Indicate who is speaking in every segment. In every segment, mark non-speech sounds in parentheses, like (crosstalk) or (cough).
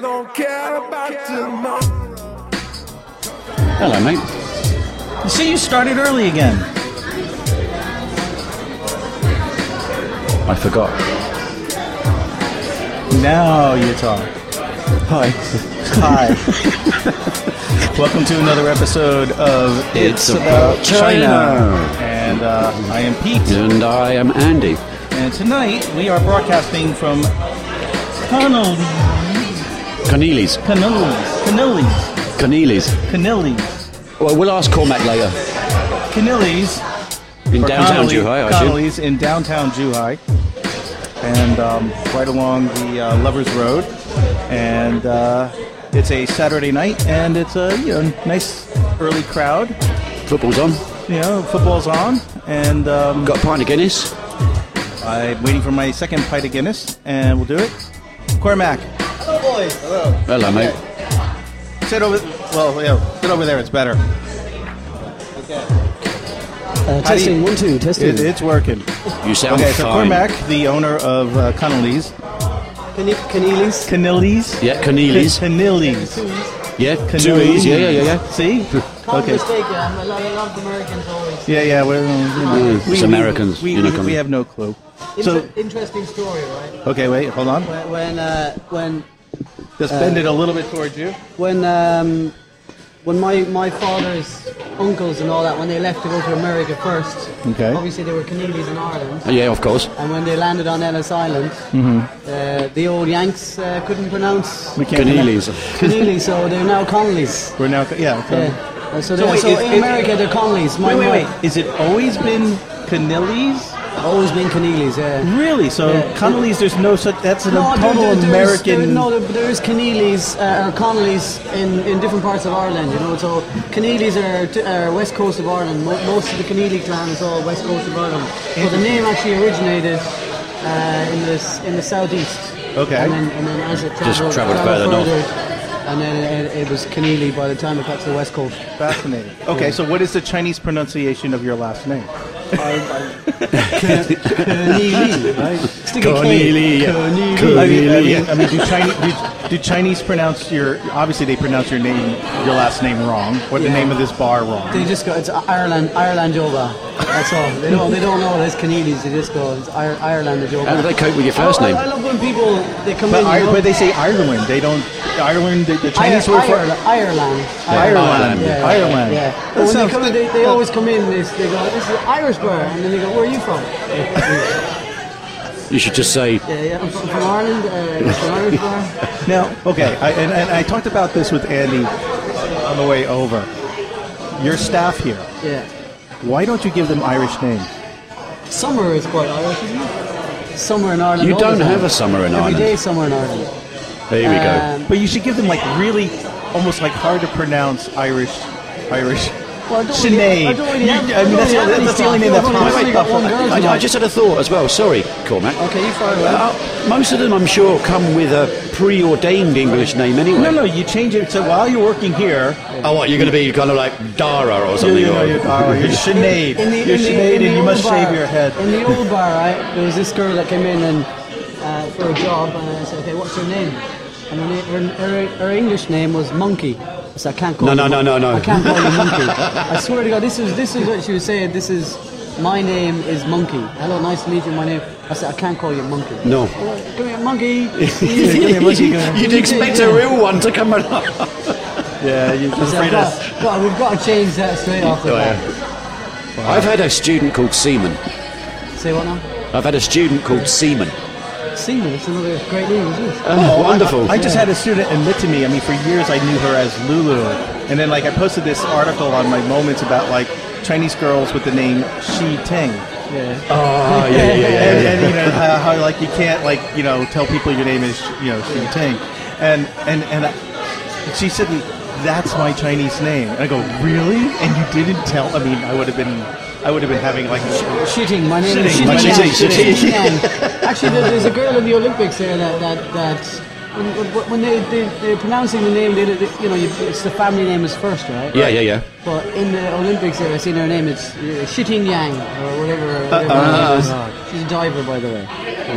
Speaker 1: don't care about tomorrow.
Speaker 2: Hello, mate.
Speaker 3: You see, you started early again.
Speaker 2: I forgot.
Speaker 3: Now you talk.
Speaker 2: Hi. (laughs)
Speaker 3: Hi. Welcome to another episode of
Speaker 2: It's About China.
Speaker 3: And uh, I am Pete.
Speaker 2: And I am Andy.
Speaker 3: And tonight we are broadcasting from Canoli,
Speaker 2: Cornelius.
Speaker 3: Canoli, Canoli,
Speaker 2: Cornelius.
Speaker 3: Canoli,
Speaker 2: Well, we'll ask Cormac later.
Speaker 3: Canoli's
Speaker 2: In
Speaker 3: or
Speaker 2: downtown
Speaker 3: Connolly-
Speaker 2: Zhuhai, I assume.
Speaker 3: Connolly's in downtown Zhuhai, and um, right along the uh, Lovers Road, and uh, it's a Saturday night, and it's a you know nice early crowd.
Speaker 2: Football's on.
Speaker 3: You know, football's on, and um,
Speaker 2: Got a pint of Guinness.
Speaker 3: I'm waiting for my second pint of Guinness, and we'll do it. Cormac,
Speaker 2: Hello, mate.
Speaker 3: sit over. Well, yeah, sit over there. It's better.
Speaker 4: Uh,
Speaker 3: How do you-
Speaker 4: testing one two testing.
Speaker 3: It, it's working.
Speaker 2: You sound
Speaker 3: Okay, so
Speaker 2: fine.
Speaker 3: Cormac, the owner of uh, Connolly's,
Speaker 4: Can you, can you lose?
Speaker 3: Canillies,
Speaker 2: Yeah,
Speaker 3: (laughs)
Speaker 2: Cornelius.
Speaker 3: Canillies.
Speaker 2: Yeah, two
Speaker 3: Canoes.
Speaker 2: E's. Yeah, yeah, yeah, yeah.
Speaker 3: See? Okay.
Speaker 5: mistaken. I'm a lot of loved Americans always.
Speaker 3: Yeah, yeah. We're, you know,
Speaker 2: Mm, it's Americans,
Speaker 3: We,
Speaker 2: you know,
Speaker 3: we,
Speaker 2: come
Speaker 3: we
Speaker 2: on.
Speaker 3: have no clue.
Speaker 5: Inter-
Speaker 3: So,
Speaker 5: interesting story, right?
Speaker 3: okay, wait, hold on.
Speaker 4: When when uh, when
Speaker 3: Just bend it a little bit towards you.
Speaker 4: when um,
Speaker 5: When my, my father's uncles and all that, when they left to go to America first,
Speaker 3: Okay.
Speaker 5: obviously they were Canadians in Ireland,
Speaker 2: Oh, Yeah, of course.
Speaker 5: and when they landed on Ellis Island,
Speaker 3: Mm-hmm.
Speaker 5: uh, the old Yanks uh, couldn't pronounce
Speaker 3: (laughs) We can't
Speaker 2: Cornelius.
Speaker 5: Canadies, so they're now Connolly's.
Speaker 3: We're now. Yeah. so-
Speaker 5: Yeah. Uh, so
Speaker 3: Um, So
Speaker 5: they're-
Speaker 3: wait,
Speaker 5: so
Speaker 3: is-
Speaker 5: in
Speaker 3: is-
Speaker 5: America, they're Connolly's. My
Speaker 3: Wait, wait,
Speaker 5: mom-
Speaker 3: wait. Is it always been Canillies?
Speaker 5: Always been Canadians, yeah.
Speaker 3: Really? So
Speaker 5: Yeah.
Speaker 3: Connolly's, there's no such. That's an
Speaker 5: No, there-
Speaker 3: total
Speaker 5: there- there is-
Speaker 3: American.
Speaker 5: there- no, there, there is Keneally's, uh, or Connolly's in, in different parts of Ireland, you know. So Keneally's are, t- are west coast of Ireland. Mo- most of the Keneally clan is all west coast of Ireland. So the name actually originated uh, in the s- in the southeast.
Speaker 3: Okay.
Speaker 5: And then, and then as it traveled,
Speaker 2: travelled further north.
Speaker 5: and then it, it was Keneally by the time it got to the west coast.
Speaker 3: Fascinating. Okay, so what is the Chinese pronunciation of your last name?
Speaker 5: Keneally, right? Stick a K.
Speaker 2: Keneally, yeah.
Speaker 5: Keneally.
Speaker 3: I mean, I mean, I mean, do, Chinese, do, do Chinese pronounce your? Obviously, they pronounce your name, your last name wrong, or the
Speaker 5: Yeah.
Speaker 3: name of this bar wrong.
Speaker 5: They just go. It's Ireland, Ireland Jova. That's all. They don't. They don't know it's Canadians. They just go. It's Ir- Ireland Jova.
Speaker 2: How do they cope with your first
Speaker 5: I, I-
Speaker 2: name?
Speaker 5: I love when people they come
Speaker 3: But,
Speaker 5: in.
Speaker 3: I,
Speaker 5: you know?
Speaker 3: but they say Ireland. They don't. Ireland. The, the
Speaker 5: I-
Speaker 3: Chinese word for
Speaker 5: Ireland, Ireland.
Speaker 3: Ireland.
Speaker 5: Yeah, yeah,
Speaker 3: Ireland.
Speaker 5: Yeah.
Speaker 3: That
Speaker 5: But when they
Speaker 3: sounds-
Speaker 5: come in, they, they always come in. They, they go, "This is Irish bar," and then they go, "Where are you
Speaker 2: (laughs)
Speaker 5: from?"
Speaker 2: You should just say,
Speaker 5: yeah, yeah. I'm from, from Ireland. Uh, it's an Irish bar.
Speaker 3: Now, okay, I, and, and I talked about this with Andy on the way over. Your staff here.
Speaker 5: Yeah.
Speaker 3: Why don't you give them Irish names?
Speaker 5: Summer is quite Irish, isn't it? Summer in Ireland.
Speaker 2: You
Speaker 5: all the
Speaker 2: don't
Speaker 5: time.
Speaker 2: have a summer in Ireland.
Speaker 5: Every day, summer in Ireland.
Speaker 2: there we go.
Speaker 5: Um,
Speaker 3: But you should give them like really, almost like hard to pronounce Irish, Irish.
Speaker 5: Well, I don't really-
Speaker 3: Sinead.
Speaker 5: I don't really
Speaker 3: You-
Speaker 5: have-
Speaker 3: I mean,
Speaker 5: don't
Speaker 3: that's-
Speaker 5: really have
Speaker 3: that's
Speaker 5: any
Speaker 3: the only
Speaker 5: staff.
Speaker 3: name
Speaker 5: I've
Speaker 3: that's
Speaker 5: only-
Speaker 3: fine.
Speaker 5: I've only got one
Speaker 3: Um,
Speaker 5: girl
Speaker 2: I, I
Speaker 5: tonight.
Speaker 2: just had a thought as well. Sorry, Cormac.
Speaker 5: Okay, you fire away.
Speaker 2: Uh, most of them, I'm sure, come with a preordained English name anyway.
Speaker 3: No, no, you change it to while you're working here.
Speaker 2: Oh, what? You're going to be kind of like Dara or something?
Speaker 3: you know,
Speaker 2: or-
Speaker 3: you're, oh, (laughs) you're Sinead.
Speaker 5: In the-
Speaker 3: you're
Speaker 5: in the-
Speaker 3: Sinead,
Speaker 5: in the
Speaker 3: and you
Speaker 5: old
Speaker 3: must shave
Speaker 5: bar-
Speaker 3: your head.
Speaker 5: In the old bar, right, there was this girl that came in and uh, for a job, and I said, "Okay, what's her name?" And her, na- her, her, her English name was Monkey. I said, "I can't call
Speaker 2: No,
Speaker 5: you
Speaker 2: no,
Speaker 5: Mon-
Speaker 2: no, no, no.
Speaker 5: I can't call you
Speaker 2: (laughs)
Speaker 5: Monkey. I swear to God, this is this is what she was saying. This is my name is Monkey. Hello, nice to meet you. My name. I said, I can't call you Monkey.
Speaker 2: No.
Speaker 5: (laughs) Come
Speaker 2: (laughs)
Speaker 5: here, Monkey. (laughs)
Speaker 2: You'd expect a real one to come along.
Speaker 3: Yeah, you're
Speaker 5: I said,
Speaker 3: afraid
Speaker 5: God,
Speaker 3: of.
Speaker 5: God, we've got to change that straight off the
Speaker 2: Oh,
Speaker 5: bat.
Speaker 2: I've had a student called Seaman.
Speaker 5: Say what now?
Speaker 2: I've had a student called Seaman.
Speaker 5: Seaman. It's another great name, isn't it?
Speaker 2: Oh, wonderful.
Speaker 3: I just had a student admit to me. I mean, for years I knew her as Lulu, and then like I posted this article on my moments about like Chinese girls with the name Shi Ting,
Speaker 5: Yeah.
Speaker 2: oh,
Speaker 3: (laughs)
Speaker 2: yeah, yeah, yeah, yeah,
Speaker 3: and,
Speaker 2: yeah.
Speaker 3: and you know how, how like you can't like you know tell people your name is you know Shi Ting, and and and I, she said to me, that's my Chinese name, and I go really, and you didn't tell. I mean, I would have been I would have been having like
Speaker 5: Shooting, my name is
Speaker 3: Shooting,
Speaker 5: Shooting
Speaker 3: my
Speaker 2: name
Speaker 5: Yang.
Speaker 2: is Shooting.
Speaker 5: Shooting Yang. Actually, there- there's a girl in the Olympics there that that, that when, when- when they, they they're pronouncing the name, they, they- you know, you, it's the family name is first, right?
Speaker 2: Yeah, yeah, yeah.
Speaker 5: But in the Olympics, there I seen her name. It's uh, Shooting Yang or whatever. whatever her name is. She's a diver, by the way.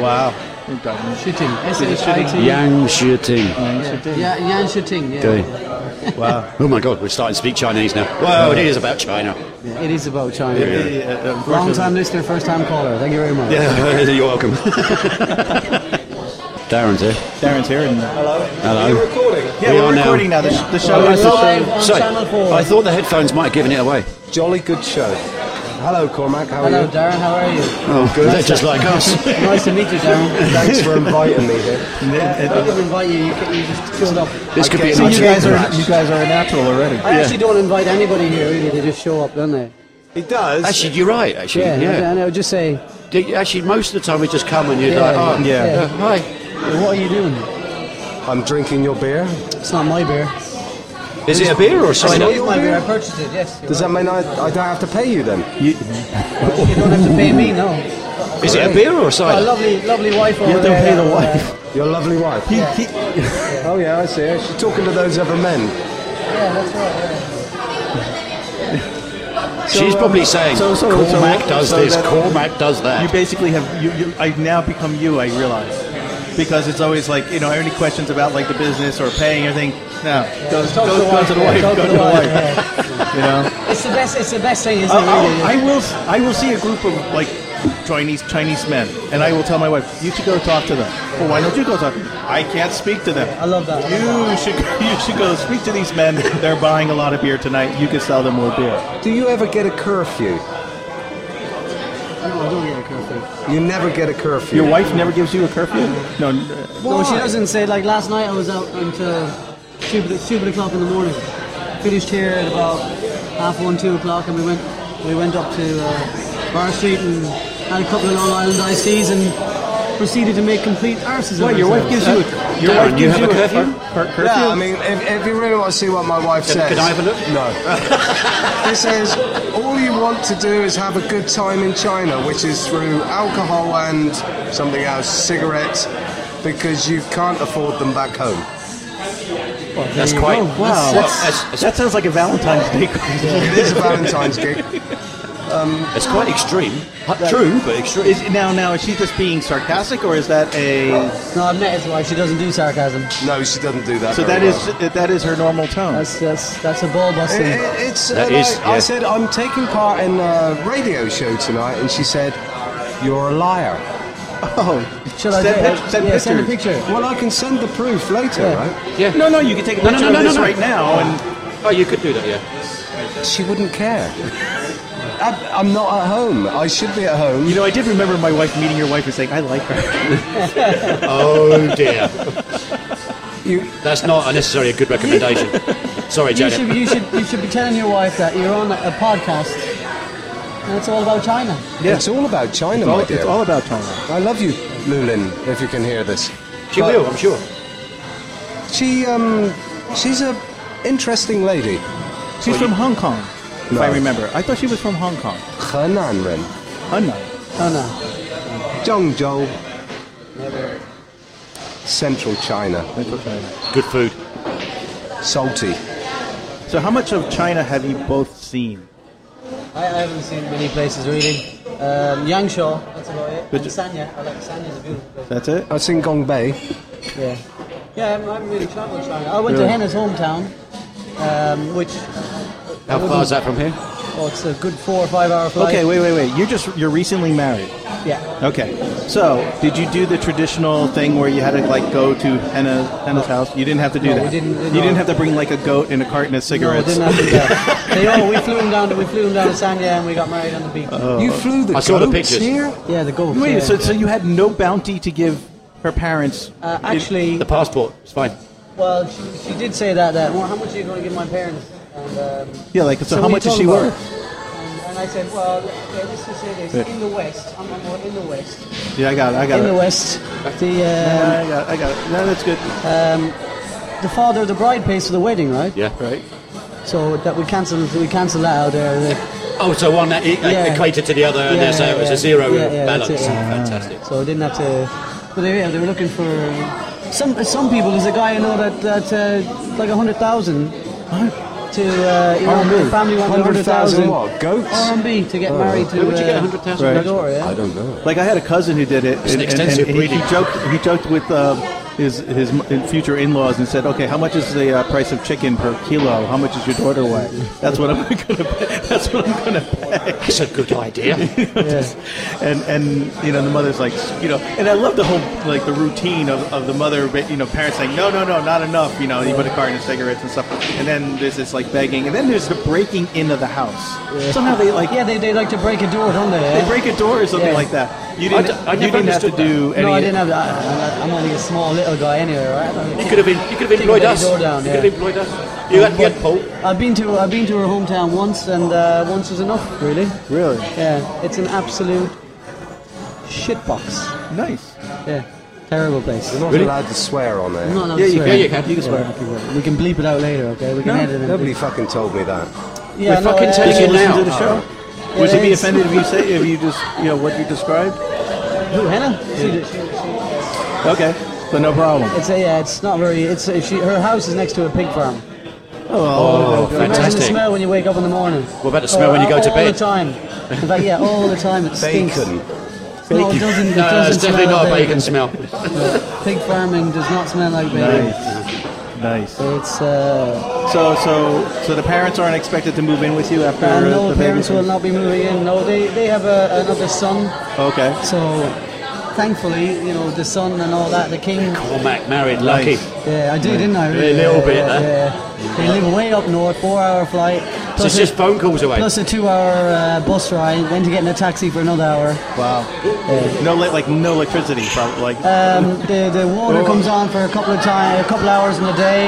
Speaker 3: wow.
Speaker 5: Shitting. S H I T.
Speaker 2: Yang Shieting.
Speaker 5: Yeah, Yan Shitting. Yeah.
Speaker 2: Okay.
Speaker 3: Wow.
Speaker 2: Oh my God, we're starting to speak Chinese now. Whoa, it is about China.
Speaker 5: It is about China.
Speaker 3: Yeah,
Speaker 5: Long
Speaker 3: unfortunately.
Speaker 5: time listener, first time caller. Thank you very much.
Speaker 2: Yeah, you're welcome. Darren's here.
Speaker 3: Darren's here. And,
Speaker 2: Hello.
Speaker 3: yeah,
Speaker 2: We
Speaker 3: we're
Speaker 2: are now-
Speaker 3: recording now. The, sh- the show
Speaker 2: Oh,
Speaker 3: is
Speaker 2: so-
Speaker 4: live on
Speaker 2: so-
Speaker 4: Channel 4.
Speaker 2: I thought the headphones might have given it away.
Speaker 1: Jolly good show. Hello, Cormac. How are
Speaker 5: Hello,
Speaker 1: you?
Speaker 5: Darren. How are you?
Speaker 2: Oh, good. They're just like
Speaker 5: (laughs)
Speaker 2: us.
Speaker 5: nice to meet you, Darren.
Speaker 1: (laughs) Thanks for inviting me here.
Speaker 5: I didn't invite you. You, ca- you just showed up.
Speaker 2: This could be
Speaker 1: Okay,
Speaker 2: an
Speaker 1: so
Speaker 2: item
Speaker 1: you guys are-
Speaker 2: crash.
Speaker 3: You guys are a natural already.
Speaker 5: I actually don't invite anybody here. Really, they just show up, don't they?
Speaker 1: He does.
Speaker 2: Actually, you're right. Actually,
Speaker 5: Yeah.
Speaker 2: yeah.
Speaker 5: And I would just say,
Speaker 2: D- Actually, most of the time we just come and you're
Speaker 5: Yeah,
Speaker 2: like, oh,
Speaker 3: yeah.
Speaker 2: uh, hi.
Speaker 5: what are you doing?
Speaker 1: I'm drinking your beer.
Speaker 5: It's not my beer.
Speaker 2: Is it a beer or
Speaker 5: It's
Speaker 2: cider?
Speaker 5: not my beer. I purchased it. Yes.
Speaker 1: Does that mean I, I don't have to pay you then?
Speaker 5: You don't have to pay me. No.
Speaker 2: Is it a beer or
Speaker 5: A
Speaker 2: cider?
Speaker 5: lovely, lovely wife over
Speaker 3: have to
Speaker 5: there.
Speaker 3: pay the
Speaker 5: uh, (laughs)
Speaker 3: wife.
Speaker 1: Your lovely wife. Oh yeah, I see her. She's talking to those other men.
Speaker 5: Yeah, that's right. yeah.
Speaker 2: She's probably saying,
Speaker 3: so- so- so-
Speaker 2: Cormac does
Speaker 3: so
Speaker 2: this,
Speaker 3: that-
Speaker 2: Cormac does
Speaker 3: You
Speaker 2: that.
Speaker 3: basically have you, you. I've now become you. I realize because it's always like you know. Are any questions about like the business or paying or anything? No, go,
Speaker 5: Talk
Speaker 3: go,
Speaker 5: to the
Speaker 3: go
Speaker 5: wife,
Speaker 3: to the
Speaker 5: yeah,
Speaker 3: wife.
Speaker 5: talk
Speaker 3: Go
Speaker 5: to
Speaker 3: to
Speaker 5: the
Speaker 3: the
Speaker 5: wife,
Speaker 3: wife. You know.
Speaker 5: It's the best. It's the best thing, isn't
Speaker 3: I'll-
Speaker 5: it?
Speaker 3: I'll-
Speaker 5: Really?
Speaker 3: I will. s- I will see a group of like Chinese Chinese men, and I will tell my wife, "You should go talk to them." Well, why don't you go talk? I can't speak to them.
Speaker 5: I love that.
Speaker 3: You should. You should go (laughs) speak to these men. They're buying a lot of beer tonight. You could sell them more beer.
Speaker 1: Do you ever get a curfew?
Speaker 5: No, I don't get a curfew.
Speaker 1: You never get a curfew.
Speaker 3: Your wife never gives you a curfew. No. n-
Speaker 5: No, she doesn't say. Like last night, I was out until two, two o'clock in the morning. Finished here at about half one, two o'clock, and we went we went up to uh, Bar Street and had a couple of Long Island ICs and proceeded to make complete arses of
Speaker 3: Well, your wife gives
Speaker 5: ourselves.
Speaker 3: you a your
Speaker 2: Darren,
Speaker 3: wife
Speaker 2: you
Speaker 3: gives
Speaker 2: have a curfew?
Speaker 3: cur- cur- curfew.
Speaker 1: Yeah, I mean, if, if you really want to see what my wife says,
Speaker 2: can I have a look?
Speaker 1: No. this is all you want to do is have a good time in China, which is through alcohol and something else, cigarettes, because you can't afford them back home.
Speaker 2: That's quite.
Speaker 3: Oh, wow.
Speaker 2: That's,
Speaker 3: That's,
Speaker 2: that's,
Speaker 3: that sounds like a Valentine's Day
Speaker 1: It is a Valentine's gig.
Speaker 2: that's quite extreme. True, but extreme.
Speaker 3: Is, now, now, is she just being sarcastic, or is that a?
Speaker 5: No, I met his wife. She doesn't do sarcasm.
Speaker 1: No, she doesn't do that.
Speaker 3: So
Speaker 1: very
Speaker 3: that is
Speaker 1: well.
Speaker 3: that is her normal tone.
Speaker 5: That's that's that's a ball
Speaker 1: It-
Speaker 5: busting.
Speaker 1: it- it's
Speaker 2: That
Speaker 1: and I-
Speaker 2: is-
Speaker 1: I,
Speaker 2: yeah.
Speaker 1: said I'm taking part in a radio show tonight, and she said, "You're a liar."
Speaker 3: Oh,
Speaker 5: Shall I
Speaker 3: send,
Speaker 5: do it?
Speaker 3: pic- send
Speaker 5: yeah,
Speaker 3: pictures.
Speaker 5: send a picture.
Speaker 1: Well, I can send the proof later,
Speaker 5: Yeah.
Speaker 1: right?
Speaker 2: yeah.
Speaker 3: No, no, you can take a
Speaker 2: No, no,
Speaker 3: picture
Speaker 2: no, no,
Speaker 3: of this
Speaker 2: no, no.
Speaker 3: right now, and
Speaker 2: Oh, you could do that, yeah.
Speaker 1: She wouldn't care. I, I'm not at home. I should be at home.
Speaker 3: you know, I did remember my wife meeting your wife and saying, "I like her."
Speaker 2: Oh dear.
Speaker 1: You-
Speaker 2: That's not necessarily a good recommendation. Sorry,
Speaker 5: You
Speaker 2: Janet.
Speaker 5: should, you should you should be telling your wife that you're on a, a podcast and it's all about China.
Speaker 1: It's all about China, my dear.
Speaker 3: it's all about China.
Speaker 1: I love you, Lulin, if you can hear this.
Speaker 2: She will, I'm sure.
Speaker 1: She, um, she's a interesting lady.
Speaker 3: She's from Hong Kong, if
Speaker 1: No.
Speaker 3: I remember. I thought she was from Hong Kong.
Speaker 1: Henanren,
Speaker 3: Unknown.
Speaker 5: Oh no.
Speaker 1: Zhengzhou, Central China,
Speaker 2: Good food.
Speaker 1: salty.
Speaker 3: So, how much of China have you both seen?
Speaker 5: I, I haven't seen many places really. Um, Yangshaw, that's about it.
Speaker 3: But
Speaker 5: And
Speaker 3: you-
Speaker 5: Sanya, I like Sanya's a beautiful place.
Speaker 3: That's it.
Speaker 1: I've seen Gongbei.
Speaker 5: Yeah, yeah, I'm, I'm really traveled China. I went to
Speaker 3: Really?
Speaker 5: Henna's hometown, um, which
Speaker 2: How far is that from here?
Speaker 5: oh, it's a good four or five hour flight.
Speaker 3: Okay, wait, wait, wait. You're just you're recently married.
Speaker 5: yeah,
Speaker 3: Okay. So, did you do the traditional thing where you had to like go to Henna, Henna's house? You didn't have to do
Speaker 5: No, we
Speaker 3: that.
Speaker 5: didn't- no.
Speaker 3: You didn't have to bring like a goat and a carton of
Speaker 5: no, we
Speaker 3: cigarettes.
Speaker 5: didn't have to. do that.
Speaker 3: (laughs)
Speaker 5: they all we flew them down. To, we flew them down to Sanya and we got married on the beach.
Speaker 3: Oh.
Speaker 1: You flew the
Speaker 2: I saw the
Speaker 1: goats
Speaker 2: pictures.
Speaker 1: here?
Speaker 5: yeah, the goats.
Speaker 3: Wait,
Speaker 5: yeah.
Speaker 3: so, so you had no bounty to give her parents?
Speaker 5: uh, actually,
Speaker 2: The passport. It's fine.
Speaker 5: Well, she, she did say that. That well, how much are you going to give my parents? And, um,
Speaker 3: Yeah, like, so how
Speaker 5: we
Speaker 3: much is
Speaker 5: talked
Speaker 3: she
Speaker 5: about
Speaker 3: worth?
Speaker 5: it. And, and I said, well, okay, let's just say this: in the West, I'm I'm more in the West.
Speaker 3: Yeah, I got it. I got
Speaker 5: In the
Speaker 3: it.
Speaker 5: West, the
Speaker 3: I got, I got it. No, that's good.
Speaker 5: um, the father of the bride pays for the wedding, right?
Speaker 2: Yeah.
Speaker 3: Right.
Speaker 5: So that we cancel we cancel that out there. Like,
Speaker 2: Oh, so one that e-
Speaker 5: Yeah.
Speaker 2: equated to the other, and
Speaker 5: Yeah,
Speaker 2: there's a, it was
Speaker 5: yeah.
Speaker 2: a zero
Speaker 5: Yeah, yeah, that's
Speaker 2: balance.
Speaker 5: it, yeah.
Speaker 2: Fantastic.
Speaker 5: so we didn't have to. But they, yeah, they were looking for some some people. There's a guy I know that that uh, like a hundred thousand. to uh, you
Speaker 3: Oh,
Speaker 5: know, the family wanted 100,000
Speaker 1: 100,000 what? Goats?
Speaker 5: RMB to get married to.
Speaker 2: Where would you get
Speaker 5: uh,
Speaker 2: 100,000
Speaker 5: my
Speaker 2: goats?
Speaker 5: daughter, yeah.
Speaker 2: I don't know.
Speaker 3: Like I had a cousin who did it,
Speaker 2: an
Speaker 3: and, and-
Speaker 2: extensive
Speaker 3: and he- he
Speaker 2: breeding.
Speaker 3: joked. He joked with uh, his his m- future in-laws and said, "Okay, how much is the uh, price of chicken per kilo? How much is your daughter weigh? That's what I'm (laughs) gonna. Pay. That's what I'm gonna pay."
Speaker 2: That's a good idea.
Speaker 3: And and you know the mother's like you know, and I love the whole like the routine of, of the mother, but, you know, parents saying, "No, no, no, not enough." You know, you put a carton of cigarettes and stuff, and then there's this like begging, and then there's the breaking in of the house. Somehow they like
Speaker 5: Yeah, they, they like to break a door, don't they?
Speaker 3: they
Speaker 5: eh?
Speaker 3: break a door or something
Speaker 5: Yeah.
Speaker 3: like that. You didn't.
Speaker 2: d- I
Speaker 3: you
Speaker 2: never
Speaker 3: didn't have to
Speaker 2: understood
Speaker 3: do any.
Speaker 5: No, I didn't have that. I'm, not, I'm only a small little guy anyway, right? I'm a
Speaker 2: You
Speaker 5: kid.
Speaker 2: could have, been, you could have
Speaker 5: Kicking
Speaker 2: employed
Speaker 5: the
Speaker 2: us.
Speaker 5: door down,
Speaker 2: you
Speaker 5: yeah.
Speaker 2: could have employed us. You had, you had Paul.
Speaker 5: I've been to I've been to her hometown once, and uh, once was enough, really.
Speaker 3: Really?
Speaker 5: Yeah, it's an absolute shitbox.
Speaker 3: Nice.
Speaker 5: Yeah, terrible place.
Speaker 1: You're not allowed to swear on there.
Speaker 5: I'm not allowed
Speaker 2: Yeah,
Speaker 5: to
Speaker 2: you
Speaker 5: swear.
Speaker 2: can- yeah, you can. You can swear.
Speaker 5: okay, well, we can bleep it out later, okay? We can
Speaker 3: No,
Speaker 5: edit it.
Speaker 1: Nobody fucking told me that.
Speaker 5: yeah,
Speaker 2: We're fucking telling you
Speaker 5: uh,
Speaker 2: now.
Speaker 3: to the show. Would
Speaker 5: Yeah,
Speaker 3: you be
Speaker 5: it's-
Speaker 3: offended if you say if you just you know what you described?
Speaker 5: Who, Hannah? She did-
Speaker 3: Okay, so no problem.
Speaker 5: It's a, yeah, it's not very. It's a, she, her house is next to a pig farm.
Speaker 3: Oh,
Speaker 5: Imagine the
Speaker 2: Fantastic.
Speaker 5: smell when you wake up in the morning.
Speaker 2: What about the smell when you go
Speaker 5: all,
Speaker 2: to
Speaker 5: all
Speaker 2: bed?
Speaker 5: the time. In fact, yeah, all the time it stinks.
Speaker 1: Bacon.
Speaker 5: No, it doesn't. It
Speaker 2: No,
Speaker 5: doesn't
Speaker 2: it's definitely
Speaker 5: smell
Speaker 2: not a
Speaker 5: like
Speaker 2: bacon smell.
Speaker 5: Pig farming does not smell like bacon.
Speaker 3: nice, nice.
Speaker 5: It's uh,
Speaker 3: So so so the parents aren't expected to move in with you after
Speaker 5: and
Speaker 3: the
Speaker 5: Uh, no
Speaker 3: baby-
Speaker 5: parents will not be moving in. No, they they have a, another son,
Speaker 3: Okay.
Speaker 5: so thankfully, you know, the son and all that. The king.
Speaker 2: Cormac married, lucky.
Speaker 3: Nice.
Speaker 5: Yeah, I do, didn't I?
Speaker 2: A little
Speaker 5: yeah,
Speaker 2: bit,
Speaker 5: Yeah,
Speaker 2: eh?
Speaker 5: yeah. They live way up north, four-hour flight.
Speaker 2: So it's
Speaker 5: plus
Speaker 2: just
Speaker 5: a-
Speaker 2: phone calls away.
Speaker 5: Plus a two-hour uh, bus ride, then to get in a taxi for another hour.
Speaker 3: Wow. No li- like no electricity. Probably like
Speaker 5: Um, the, the
Speaker 2: Oh.
Speaker 5: water comes on for a couple of time, a couple hours in the day.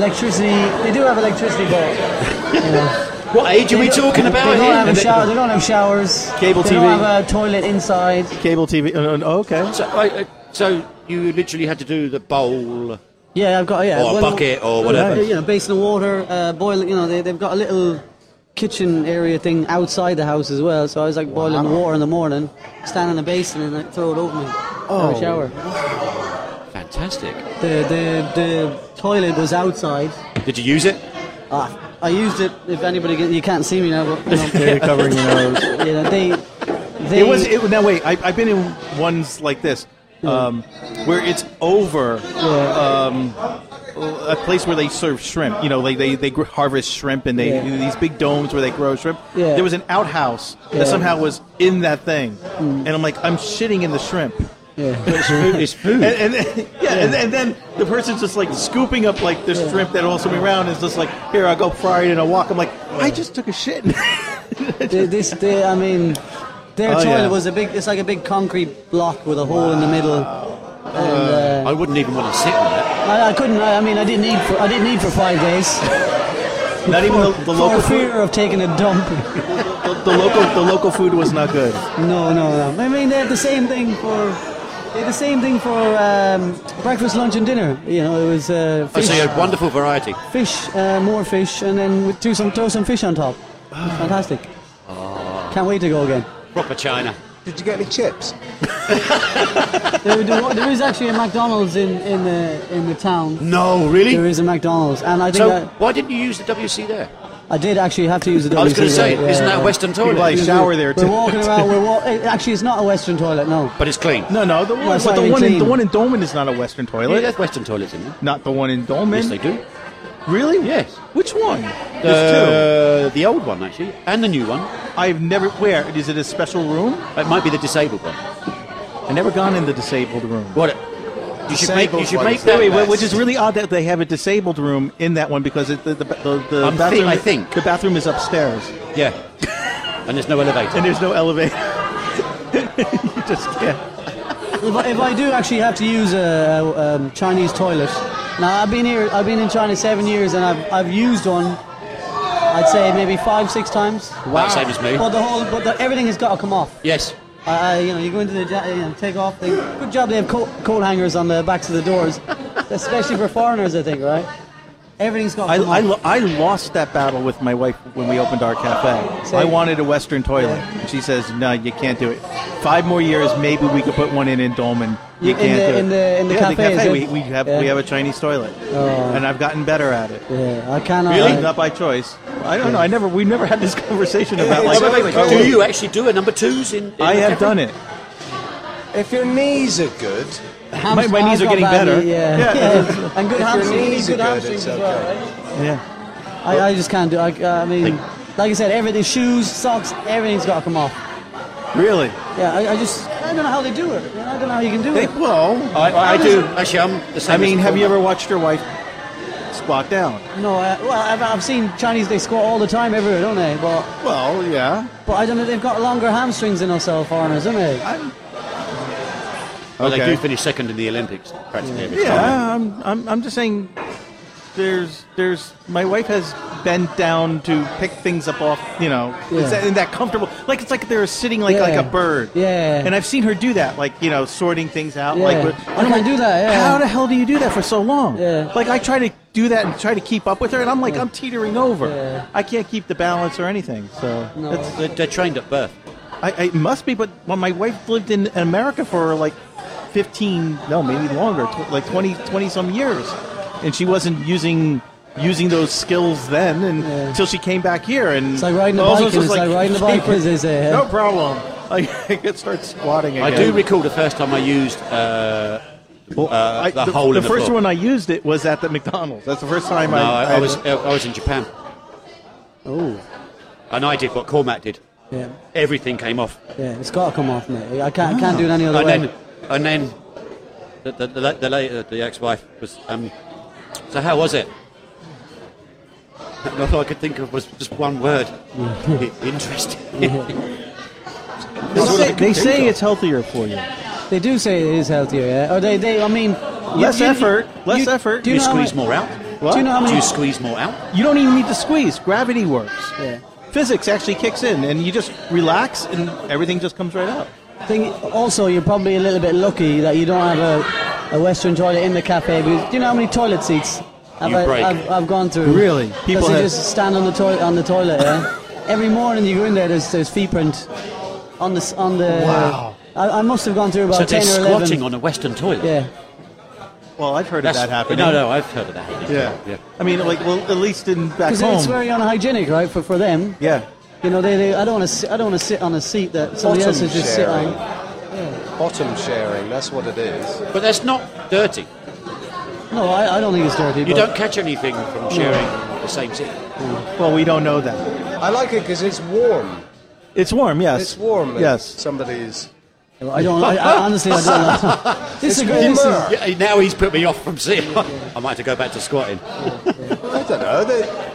Speaker 5: Electricity, they do have electricity, but
Speaker 2: What age
Speaker 3: E
Speaker 2: are we talking about
Speaker 5: they don't have
Speaker 2: here?
Speaker 5: a shower. They don't have showers.
Speaker 3: Cable
Speaker 5: they
Speaker 3: TV.
Speaker 5: Don't have a toilet inside.
Speaker 3: cable TV. Oh, no, okay.
Speaker 2: So, I, uh, so you literally had to do the bowl.
Speaker 5: Yeah, I've got yeah.
Speaker 2: Or a bucket or whatever.
Speaker 5: You know, basin of water, uh, boil. You know, they, they've got a little kitchen area thing outside the house as well. So I was like boiling water in the morning, stand in the basin and like, throw it over me. Oh, have a shower.
Speaker 2: Fantastic.
Speaker 5: The the the toilet was outside.
Speaker 2: Did you use it?
Speaker 5: Ah, I used it. If anybody, can, you can't see me now,
Speaker 3: (laughs)
Speaker 5: but you know,
Speaker 3: They're covering your nose.
Speaker 5: (laughs) you know, they they
Speaker 3: It was. It, now wait. I, I've been in ones like this, um, where it's over. Um, a place where they serve shrimp. You know, like they they gr- harvest shrimp and they
Speaker 5: Yeah.
Speaker 3: these big domes where they grow shrimp.
Speaker 5: Yeah.
Speaker 3: There was an outhouse
Speaker 5: Yeah.
Speaker 3: that somehow was in that thing, and I'm like, I'm shitting in the shrimp.
Speaker 5: yeah.
Speaker 2: It's food. It's food.
Speaker 3: And, (laughs) and then, yeah, And, and then the person's just like scooping up like this shrimp that also be around is just like, here I'll go fry it in a wok. I'm like, I just took a shit. (laughs)
Speaker 5: They- this they, I mean, their
Speaker 3: Oh,
Speaker 5: toilet
Speaker 3: yeah.
Speaker 5: was a big. It's like a big concrete block with a hole in the middle. And, uh,
Speaker 2: I wouldn't even want to sit on that.
Speaker 5: I, I couldn't. I, I mean, I didn't eat. For, I didn't eat for five days
Speaker 3: Not even the, the
Speaker 5: for
Speaker 3: local
Speaker 5: fear
Speaker 3: food.
Speaker 5: of taking a dump.
Speaker 3: The, the local the local food was not good.
Speaker 5: No, no, no. I mean, they had the same thing for. They had the same thing for um, breakfast, lunch, and dinner. You know, it was uh,
Speaker 2: Oh,
Speaker 5: fish,
Speaker 2: so you had wonderful variety.
Speaker 5: fish uh, more fish, and then with do some throw some fish on top.
Speaker 2: Ah.
Speaker 5: Fantastic. Can't wait to go again.
Speaker 2: Proper China.
Speaker 1: Did you get any chips?
Speaker 5: There, there- there is actually a McDonald's in, in the in the town.
Speaker 2: No, really?
Speaker 5: There is a McDonald's, and I think
Speaker 2: So
Speaker 5: I,
Speaker 2: why didn't you use the WC there?
Speaker 5: I did actually have to use the WC.
Speaker 2: I was going to say,
Speaker 5: yeah,
Speaker 2: isn't
Speaker 5: yeah,
Speaker 2: that a
Speaker 5: yeah.
Speaker 2: Western toilet?
Speaker 3: People like shower there
Speaker 5: We're
Speaker 3: too.
Speaker 5: walking around. We're
Speaker 2: (laughs)
Speaker 5: wa- eh, actually, it's not a Western toilet. No,
Speaker 2: But it's clean.
Speaker 3: No, no, the one,
Speaker 5: it's
Speaker 3: but
Speaker 5: not
Speaker 3: the
Speaker 5: even
Speaker 3: one in, the
Speaker 5: clean.
Speaker 3: one in Dolman is not a Western
Speaker 2: Yeah,
Speaker 3: toilet.
Speaker 2: there's Western toilets in there.
Speaker 3: Not the one in
Speaker 2: Yes,
Speaker 3: Dolman.
Speaker 2: they do.
Speaker 3: really?
Speaker 2: Yes.
Speaker 3: Which one? There's
Speaker 2: Uh, the old one, actually, and the new one.
Speaker 3: two. I've never. Where is it? A special room?
Speaker 2: It might be the disabled one.
Speaker 3: I've never gone in the disabled room.
Speaker 2: What? You should make. You
Speaker 1: Disabled
Speaker 2: should
Speaker 1: one
Speaker 2: make
Speaker 1: is
Speaker 2: that.
Speaker 3: Wait, wait, which is really odd that they have a disabled room in that one because it, the, the, the, the
Speaker 2: I'm thi-
Speaker 3: bathroom
Speaker 2: I think.
Speaker 3: the bathroom is upstairs
Speaker 2: yeah. and there's no elevator.
Speaker 3: and there's no elevator. (laughs) you just can't.
Speaker 5: if I, if I do actually have to use a, a um, Chinese toilet, now I've been here. I've been in China seven years, and I've I've used one. I'd say maybe five, six times.
Speaker 2: Wow. Same as me.
Speaker 5: But the whole, but the, everything has got to come off.
Speaker 2: Yes.
Speaker 5: I, I, you know, you go into the, ja- you know, take off. The, good job they have coat, coat hangers on the backs of the doors, especially for foreigners, I think, right? Everything's got.
Speaker 3: I,
Speaker 5: come
Speaker 3: I,
Speaker 5: up.
Speaker 3: lo- I lost that battle with my wife when we opened our cafe.
Speaker 5: Say-
Speaker 3: I wanted a Western toilet. And she says, no, you can't do it. Five more years, maybe we could put one in in Dolman. You
Speaker 5: In
Speaker 3: can't
Speaker 5: the-
Speaker 3: do it.
Speaker 5: in the- in the
Speaker 3: yeah, Oh.
Speaker 5: cafe, is
Speaker 3: we,
Speaker 5: it?
Speaker 3: we, have,
Speaker 5: Yeah.
Speaker 3: we have a Chinese toilet. and I've gotten better at it.
Speaker 5: yeah, I uh, cannot.
Speaker 3: Not by choice. I don't know. I never. We never had this conversation about like.
Speaker 2: Wait, wait, wait,
Speaker 3: oh,
Speaker 2: Do you actually do a number twos in? in
Speaker 3: I
Speaker 2: the
Speaker 3: have
Speaker 2: cafe?
Speaker 3: done it.
Speaker 1: If your knees are good,
Speaker 5: Hamst-
Speaker 3: My- my
Speaker 5: I've
Speaker 3: knees are
Speaker 5: got
Speaker 3: getting
Speaker 5: bad
Speaker 3: better.
Speaker 5: knee, Yeah,
Speaker 3: Yeah.
Speaker 5: yeah. (laughs) and good
Speaker 1: If your
Speaker 5: hamstrings.
Speaker 1: knees
Speaker 5: good
Speaker 1: are good,
Speaker 5: hamstrings
Speaker 1: it's
Speaker 5: as well.
Speaker 1: okay.
Speaker 5: Right?
Speaker 3: Yeah.
Speaker 5: I, I just can't do. I, I mean, like I said, everything, shoes, socks, everything's got to come off.
Speaker 3: Really?
Speaker 5: Yeah, I, I just, I don't know how they do it. You know, I don't know how you can do
Speaker 3: They,
Speaker 5: it.
Speaker 3: well,
Speaker 2: I, I do. Actually, I'm the same.
Speaker 3: I mean,
Speaker 2: as-
Speaker 3: have you ever watched your wife squat down?
Speaker 5: No, I, well, I've, I've seen Chinese they squat all the time everywhere, don't they? But
Speaker 3: Well, yeah.
Speaker 5: but I don't know. They've got longer hamstrings than us, all foreigners, don't they?
Speaker 2: Well, they
Speaker 3: Okay.
Speaker 2: do finish second in the Olympics practically every time.
Speaker 3: Yeah. I'm, I'm. I'm just saying. There's. There's. My wife has bent down to pick things up off. You know. It's
Speaker 5: Yeah.
Speaker 3: that, in that comfortable. Like it's like they're sitting like like
Speaker 5: Yeah.
Speaker 3: a bird.
Speaker 5: Yeah.
Speaker 3: And I've seen her do that. Like you know, sorting things out.
Speaker 5: Yeah.
Speaker 3: Like. with-
Speaker 5: I
Speaker 3: and I'm
Speaker 5: can do that, yeah.
Speaker 3: How the hell do you do that for so long?
Speaker 5: Yeah.
Speaker 3: Like I try to do that and try to keep up with her, and I'm like I'm teetering over.
Speaker 5: Yeah.
Speaker 3: I can't keep the balance or anything. So.
Speaker 5: No.
Speaker 3: It's,
Speaker 2: They're, they're trained at birth.
Speaker 3: I, I it must be, but well, my wife lived in America for like 15, no, maybe longer, tw- like 20, 20 some years, and she wasn't using using those skills then and-
Speaker 5: Yeah.
Speaker 3: until she came back here. And
Speaker 5: It's like riding a
Speaker 3: all of
Speaker 5: bike,
Speaker 3: us was
Speaker 5: it's like riding a
Speaker 3: (laughs)
Speaker 5: bike, eh? as they say, yeah.
Speaker 3: No problem. (laughs) I, I could start squatting again.
Speaker 2: I do recall the first time I used uh,
Speaker 3: Well,
Speaker 2: uh,
Speaker 3: I-
Speaker 2: the hole in the
Speaker 3: first
Speaker 2: floor.
Speaker 3: one I used it was at the McDonald's. That's the first time
Speaker 2: no,
Speaker 3: I,
Speaker 2: I, I was uh, I was in Japan,
Speaker 5: Oh,
Speaker 2: and I did what Cormac did.
Speaker 5: yeah,
Speaker 2: Everything came off,
Speaker 5: yeah. It's got to come off, mate. I can't, I
Speaker 3: Ah.
Speaker 5: can't do it any other
Speaker 3: Oh,
Speaker 2: and
Speaker 5: way.
Speaker 2: then and then Oh, the the, the, la- the, la- the ex-wife was. Um, so how was it? And all I could think of was just one
Speaker 5: (laughs)
Speaker 2: word. Interesting. (laughs)
Speaker 3: They say, they say it's healthier for you.
Speaker 5: They do say it is healthier, yeah. Or they, they I mean, you-
Speaker 3: Less
Speaker 5: you-
Speaker 3: effort. Less
Speaker 5: you-
Speaker 3: effort.
Speaker 5: Do
Speaker 2: Do
Speaker 5: you,
Speaker 2: you
Speaker 5: know how
Speaker 2: squeeze
Speaker 5: mu-
Speaker 2: more out?
Speaker 5: Do you know how
Speaker 2: Do
Speaker 5: many?
Speaker 2: you squeeze more out?
Speaker 3: You don't even need to squeeze. Gravity works.
Speaker 5: Yeah.
Speaker 3: Physics actually kicks in, and you just relax, and everything just comes right out.
Speaker 5: Thing, also, you're probably a little bit lucky that you don't have a, a Western toilet in the cafe. Because, do you know how many toilet seats I've,
Speaker 2: You break.
Speaker 5: I've, I've gone through?
Speaker 3: Really? People
Speaker 5: People you
Speaker 3: have-
Speaker 5: just stand on the toilet on the toilet. Yeah. Every morning you go in there, there's, there's feet print on the s- on the.
Speaker 3: Wow.
Speaker 5: I, I must have gone through about
Speaker 2: So they're
Speaker 5: ten or eleven.
Speaker 2: squatting on a Western toilet.
Speaker 5: yeah.
Speaker 3: Well, I've heard
Speaker 2: That's,
Speaker 3: of that happening.
Speaker 2: No, no, I've heard of that. happening.
Speaker 3: Yeah.
Speaker 2: yeah.
Speaker 3: I mean, like, well, at least in back
Speaker 5: Because it's
Speaker 3: home.
Speaker 5: very unhygienic, right? For for them.
Speaker 3: yeah.
Speaker 5: You know, they, they I don't want to I don't want to sit on a seat that somebody else
Speaker 1: Bottom
Speaker 5: has just sit
Speaker 1: sharing.
Speaker 5: on.
Speaker 1: bottom sharing, that's what it is.
Speaker 2: But that's not dirty.
Speaker 5: No, I, I don't think it's dirty.
Speaker 2: You
Speaker 5: but-
Speaker 2: don't catch anything from sharing the same seat.
Speaker 3: Well, we don't know that.
Speaker 1: I like it because it's warm.
Speaker 3: It's warm. Yes.
Speaker 1: It's warm. if
Speaker 3: Yes.
Speaker 1: Somebody's.
Speaker 5: I don't. I, I honestly, I don't. Know. this is a great. This is,
Speaker 1: Humor.
Speaker 2: Yeah, now he's put me off from seeing. (laughs) I might have to go back to squatting.
Speaker 1: I don't know. They,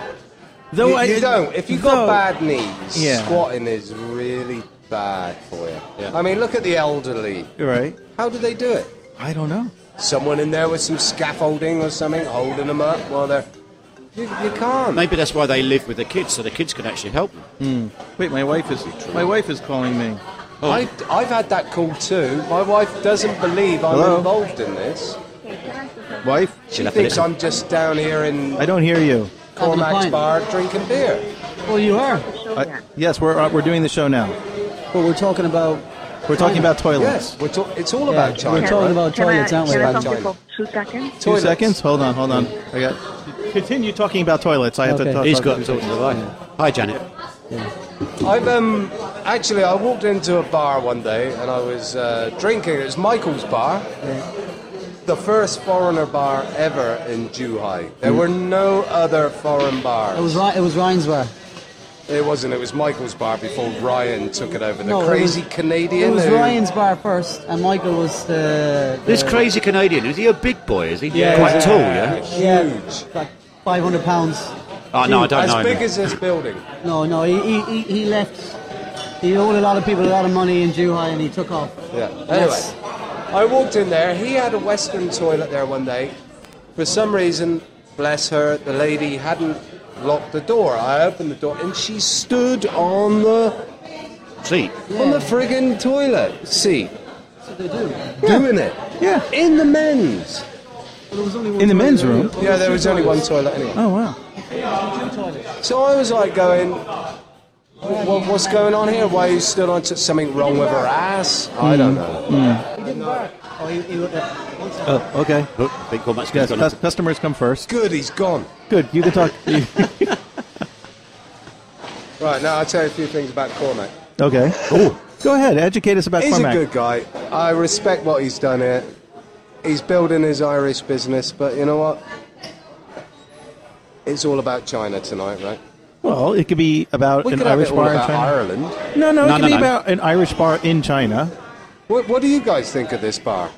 Speaker 3: Though
Speaker 1: you,
Speaker 3: I-
Speaker 1: you don't. If you've got
Speaker 3: though-
Speaker 1: bad knees,
Speaker 3: Yeah.
Speaker 1: squatting is really bad for you.
Speaker 2: Yeah.
Speaker 1: I mean, look at the elderly.
Speaker 3: You're right.
Speaker 1: How do they do it?
Speaker 3: I don't know.
Speaker 1: Someone in there with some scaffolding or something holding them up while they're. You, you can't.
Speaker 2: Maybe that's why they live with the kids, so the kids can actually help them.
Speaker 3: Wait, my wife is my wife is calling me.
Speaker 1: I, I've had that call too. My wife doesn't believe I'm
Speaker 3: Hello?
Speaker 1: involved in this.
Speaker 3: Wife,
Speaker 1: She
Speaker 2: You'll have to
Speaker 1: thinks
Speaker 2: listen.
Speaker 1: I'm just down here in
Speaker 3: I don't hear you.
Speaker 1: Cormac's
Speaker 5: pint.
Speaker 1: bar drinking beer.
Speaker 5: well, you are.
Speaker 3: I, yes, we're uh, we're doing the show now.
Speaker 5: But we're talking about.
Speaker 3: We're talking about toilets.
Speaker 1: Yes, we're talk- it's all
Speaker 5: Yeah,
Speaker 1: about China.
Speaker 5: we're talking about
Speaker 6: Can I-
Speaker 5: toilets, aren't we?
Speaker 6: Can I talk
Speaker 1: About
Speaker 6: you for two seconds?
Speaker 3: Two seconds. Hold on. Hold on. I got. Continue talking about toilets. I have
Speaker 5: Okay.
Speaker 3: to talk.
Speaker 2: He's
Speaker 3: talk-
Speaker 2: got to talk to the wife. Hi, Janet.
Speaker 1: I've um actually I walked into a bar one day and I was uh, drinking. It was Michael's bar, the first foreigner bar ever in Zhuhai. There were no other foreign bars.
Speaker 5: It was Ry- it was Ryan's bar.
Speaker 1: It wasn't. It was Michael's bar before Ryan took it over. The
Speaker 5: No, it
Speaker 1: crazy
Speaker 5: was-
Speaker 1: Canadian.
Speaker 5: It was
Speaker 1: who-
Speaker 5: Ryan's bar first, and Michael was the.
Speaker 2: This
Speaker 5: the-
Speaker 2: crazy Canadian, is he a big boy? Is he
Speaker 5: Yeah,
Speaker 2: quite
Speaker 5: yeah.
Speaker 2: tall? Yeah.
Speaker 5: Yeah,
Speaker 1: Huge.
Speaker 5: like 500 pounds.
Speaker 2: Oh, no, I don't
Speaker 1: as
Speaker 2: know.
Speaker 1: big
Speaker 2: him.
Speaker 1: as this building.
Speaker 5: No, no, he, he, he, he left. He owed a lot of people a lot of money in Zhuhai, and he took off.
Speaker 1: Yeah. Anyway,
Speaker 5: That's-
Speaker 1: I walked in there. He had a Western toilet there one day. For some reason, bless her, the lady hadn't locked the door. I opened the door and she stood on the
Speaker 2: See,
Speaker 1: on the friggin' toilet seat
Speaker 5: That's what they do.
Speaker 1: doing it.
Speaker 3: Yeah.
Speaker 1: In the men's.
Speaker 5: there was only one
Speaker 3: In the
Speaker 5: toilet
Speaker 3: men's
Speaker 5: area.
Speaker 3: room?
Speaker 5: Well,
Speaker 1: Yeah, there
Speaker 5: two
Speaker 1: was only one
Speaker 5: toilets.
Speaker 1: toilet anyway.
Speaker 3: Oh wow.
Speaker 1: So I was like going, what, what's going on here? Why you stood on to something wrong with her ass? I don't know.
Speaker 5: Oh, he, he, uh, one second.
Speaker 3: Oh, okay.
Speaker 2: Look, big call match
Speaker 3: Yes,
Speaker 2: going on.
Speaker 3: cus- customers come first.
Speaker 1: Good, he's gone.
Speaker 3: Good, you can talk.
Speaker 1: Right, now I'll tell you a few things about Cormac.
Speaker 3: (laughs) okay. Oh, go ahead. Educate us about
Speaker 1: He's
Speaker 3: Cormac.
Speaker 1: a good guy. I respect what he's done here. He's building his Irish business, but you know what? It's all about China tonight, right?
Speaker 3: Well, it could be about
Speaker 1: We
Speaker 3: an
Speaker 1: could have
Speaker 3: Irish
Speaker 1: it all
Speaker 3: bar in
Speaker 1: about
Speaker 3: China.
Speaker 1: Ireland.
Speaker 3: No, no, it
Speaker 2: No,
Speaker 3: could
Speaker 2: no,
Speaker 3: be
Speaker 2: no.
Speaker 3: about an Irish bar in China.
Speaker 1: What, what do you guys think of this bar?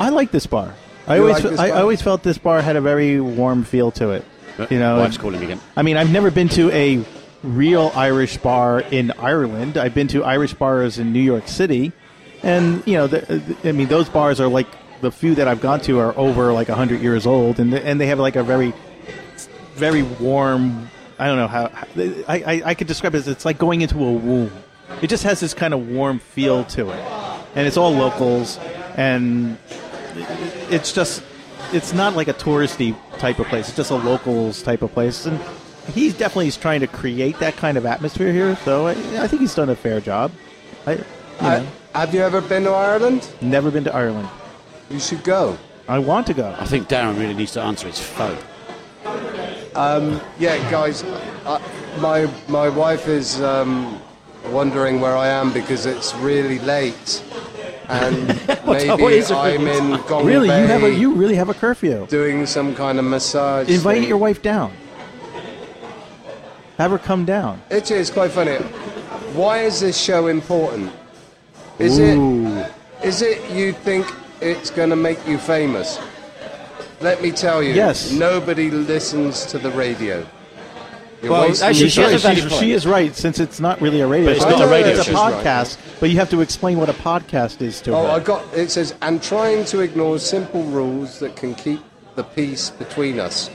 Speaker 3: I like this bar. I
Speaker 1: You
Speaker 3: always,
Speaker 1: like this
Speaker 3: I,
Speaker 1: bar?
Speaker 3: I always felt this bar had a very warm feel to it. You know,
Speaker 2: Wife's
Speaker 3: and-
Speaker 2: calling again.
Speaker 3: I mean, I've never been to a real Irish bar in Ireland. I've been to Irish bars in New York City, and you know, the, the- I mean, those bars are like the few that I've gone to are over like hundred years old, and and they have like a very, very warm. I don't know how, how I, I I could describe it as it's like going into a womb. It just has this kind of warm feel to it, and it's all locals, and it's just it's not like a touristy type of place. It's just a locals type of place, and he's definitely is trying to create that kind of atmosphere here. So I, I think he's done a fair job. I you know,
Speaker 1: I- have you ever been to Ireland?
Speaker 3: never been to Ireland.
Speaker 1: You should go.
Speaker 3: I want to go.
Speaker 2: I think Darren really needs to answer his phone.
Speaker 1: Yeah, guys, I, my my wife is um, wondering where I am because it's really late,
Speaker 3: (laughs)
Speaker 1: and maybe
Speaker 2: what is it
Speaker 1: I'm
Speaker 2: really
Speaker 1: in Gong
Speaker 3: Really, you have a
Speaker 1: Bay
Speaker 3: you really have a curfew.
Speaker 1: doing some kind of massage.
Speaker 3: Invite
Speaker 1: thing.
Speaker 3: your wife down. Have her come down.
Speaker 1: Actually, it's quite funny. Why is this show important? Is it? Is it you think it's going to make you famous? Let me tell you.
Speaker 3: Yes.
Speaker 1: Nobody listens to the radio. You're
Speaker 2: Well,
Speaker 1: wasting
Speaker 2: actually,
Speaker 1: your
Speaker 2: she has
Speaker 1: time.
Speaker 2: a valid
Speaker 3: She's-
Speaker 2: point.
Speaker 3: she is right, since it's not really a radio.
Speaker 2: But it's
Speaker 3: show.
Speaker 1: not a radio
Speaker 3: It's a
Speaker 1: show.
Speaker 3: podcast, but you have to explain what a podcast is to
Speaker 1: Oh,
Speaker 3: her.
Speaker 1: I got it says, and trying to ignore simple rules that can keep the peace between us.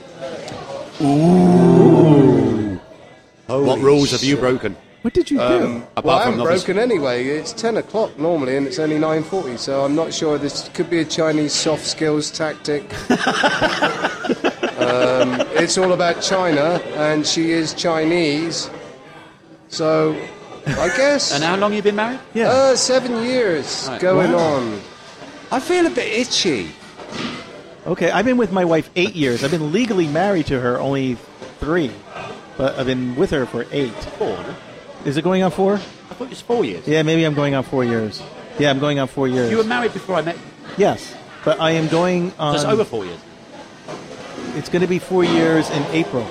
Speaker 2: what rules have you broken?
Speaker 3: what did you
Speaker 1: Um,
Speaker 3: do?
Speaker 2: Apart
Speaker 1: well, I
Speaker 2: from
Speaker 1: haven't
Speaker 2: obvious-
Speaker 1: broken anyway. It's ten o'clock normally, and it's only nine forty. So I'm not sure. This could be a Chinese soft skills tactic. um, it's all about China, and she is Chinese. So, I guess
Speaker 2: And how long you been married?
Speaker 3: Yeah.
Speaker 1: uh, seven years
Speaker 2: Right.
Speaker 1: going
Speaker 3: Wow.
Speaker 1: on. I feel a bit itchy.
Speaker 3: Okay, I've been with my wife eight years. I've been legally married to her only three, but I've been with her for eight.
Speaker 2: Four. no?
Speaker 3: Is it going on four?
Speaker 2: I thought it was four years.
Speaker 3: Yeah, maybe I'm going on four years. Yeah, I'm going on four years.
Speaker 2: You were married before I met.
Speaker 3: yes, but I am going on.
Speaker 2: That's over four years.
Speaker 3: It's going to be four years in April.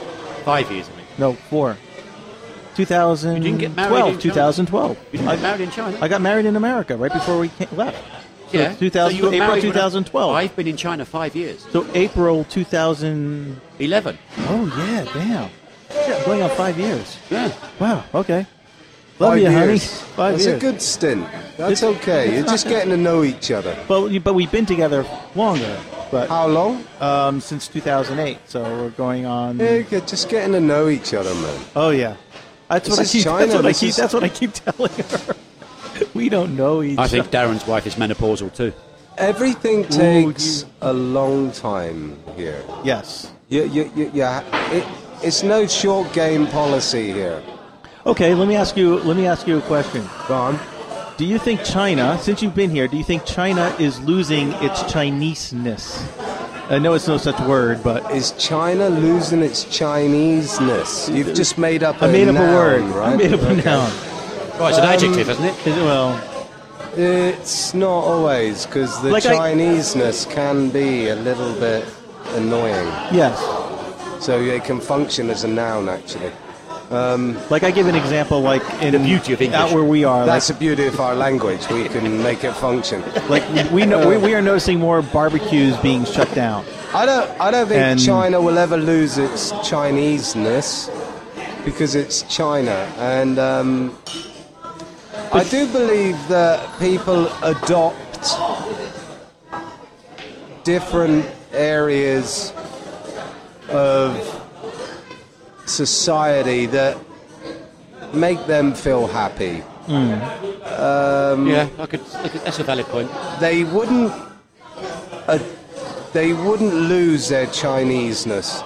Speaker 2: Five years, I mean.
Speaker 3: No, four. 2012.
Speaker 2: You didn't get married in-
Speaker 3: 2012.
Speaker 2: You didn't get married in China.
Speaker 3: I got married in America right before we came, left. So
Speaker 2: yeah.
Speaker 3: 2000
Speaker 2: you were
Speaker 3: April
Speaker 2: married when I-
Speaker 3: 2012.
Speaker 2: I've been in China five years.
Speaker 3: So April 2000.
Speaker 2: Eleven.
Speaker 3: Oh yeah, damn. Yeah, I'm going on five years.
Speaker 2: Yeah.
Speaker 3: Wow. Okay. Love you, honey. Five
Speaker 1: That's
Speaker 3: years.
Speaker 1: a good stint. That's
Speaker 3: It's-
Speaker 1: okay.
Speaker 3: it's
Speaker 1: You're
Speaker 3: not
Speaker 1: just
Speaker 3: gonna-
Speaker 1: getting to know each
Speaker 3: (laughs)
Speaker 1: other.
Speaker 3: But but we've been together longer, but
Speaker 1: How long? Eh.
Speaker 3: um, since 2008. So we're going on.
Speaker 1: Yeah, you're just getting to know each other, man.
Speaker 3: Oh yeah, that's
Speaker 1: This
Speaker 3: what I
Speaker 1: is
Speaker 3: keep.
Speaker 1: China,
Speaker 3: That's what I
Speaker 1: this
Speaker 3: keep.
Speaker 1: is-
Speaker 3: That's what I keep (laughs) telling her. we don't know each.
Speaker 2: I think
Speaker 3: other.
Speaker 2: Darren's wife is menopausal too.
Speaker 1: Everything takes a long time here.
Speaker 3: Yes.
Speaker 1: You, you, you, you, ha- it, it's no short game policy here.
Speaker 3: Okay. Let me ask you. Let me ask you a question.
Speaker 1: Go on.
Speaker 3: Do you think China, since you've been here, do you think China is losing its Chineseness? I know it's no such word, but
Speaker 1: Is China losing its Chineseness? You've just made up a
Speaker 3: I made up
Speaker 1: noun,
Speaker 3: a word.
Speaker 1: right?
Speaker 3: I made up a
Speaker 1: Okay.
Speaker 3: noun.
Speaker 2: Right, it's an adjective, isn't it?
Speaker 3: Is it- well,
Speaker 1: It's not always, because the
Speaker 3: Like I-
Speaker 1: Chineseness can be a little bit annoying.
Speaker 3: yes.
Speaker 1: So it can function as a noun, actually.
Speaker 3: Like I give an example, like in
Speaker 2: The beauty of English.
Speaker 3: out where we are,
Speaker 1: That's the beauty of our language. We can make it function.
Speaker 3: like, like we, know, we we are noticing more barbecues being shut down.
Speaker 1: I don't. I don't think
Speaker 3: And-
Speaker 1: China will ever lose its Chineseness because it's China, and um, I do believe that people adopt different areas of society that make them feel happy.
Speaker 2: yeah, I could, I could- That's a valid point.
Speaker 1: They wouldn't. Uh, they wouldn't lose their Chineseness,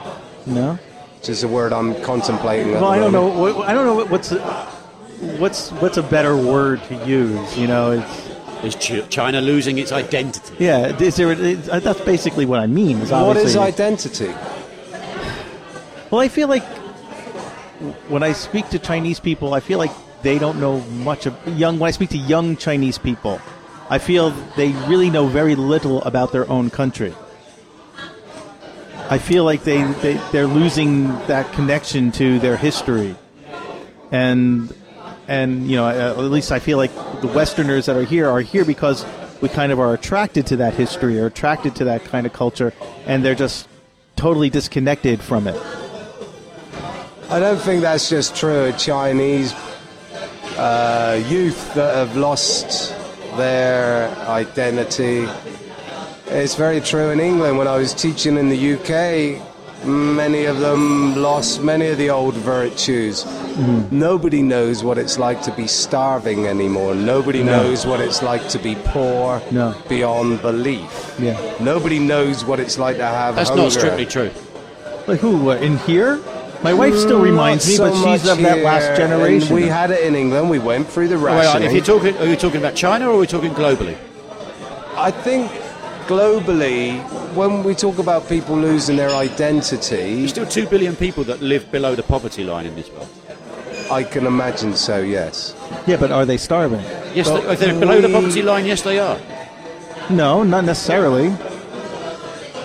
Speaker 3: No.
Speaker 1: which is a word I'm contemplating. at
Speaker 3: Well,
Speaker 1: the
Speaker 3: I don't know.
Speaker 1: moment.
Speaker 3: What, I don't know what- what's a- what's what's a better word to use. You know, it's
Speaker 2: Is Chi- China losing its identity?
Speaker 3: yeah. Is there? It's, uh, that's basically what I mean. Is
Speaker 1: What is
Speaker 3: obviously-
Speaker 1: identity?
Speaker 3: Well, I feel like when I speak to Chinese people, I feel like they don't know much of young. When I speak to young Chinese people, I feel they really know very little about their own country. I feel like they, they they're losing that connection to their history, and and you know uh, at least I feel like the Westerners that are here are here because we kind of are attracted to that history or attracted to that kind of culture, and they're just totally disconnected from it.
Speaker 1: I don't think that's just true of Chinese uh, youth that have lost their identity. It's very true in England. When I was teaching in the UK, many of them lost many of the old virtues.
Speaker 3: Mm-hmm.
Speaker 1: Nobody knows what it's like to be starving anymore. Nobody knows what it's like to be poor
Speaker 3: No.
Speaker 1: beyond belief.
Speaker 3: Yeah.
Speaker 1: Nobody knows what it's like to have
Speaker 2: That's
Speaker 1: hunger.
Speaker 2: not strictly true.
Speaker 3: Like who? uh, in here? My wife still reminds me,
Speaker 1: Not
Speaker 3: but
Speaker 1: so
Speaker 3: she's
Speaker 1: much
Speaker 3: of that
Speaker 1: here,
Speaker 3: last
Speaker 1: and
Speaker 3: generation.
Speaker 1: We had it in England. We went through the
Speaker 2: Wait,
Speaker 1: rationing.
Speaker 2: if you're talking, are you talking about China or are we talking globally?
Speaker 1: I think globally, when we talk about people losing their identity,
Speaker 2: There's still two billion people that live below the poverty line in this world.
Speaker 1: I can imagine so. Yes.
Speaker 3: yeah, but are they starving?
Speaker 2: Yes,
Speaker 1: But
Speaker 2: they, if they're below the
Speaker 1: we-
Speaker 2: poverty line, yes, they are.
Speaker 3: No, not necessarily.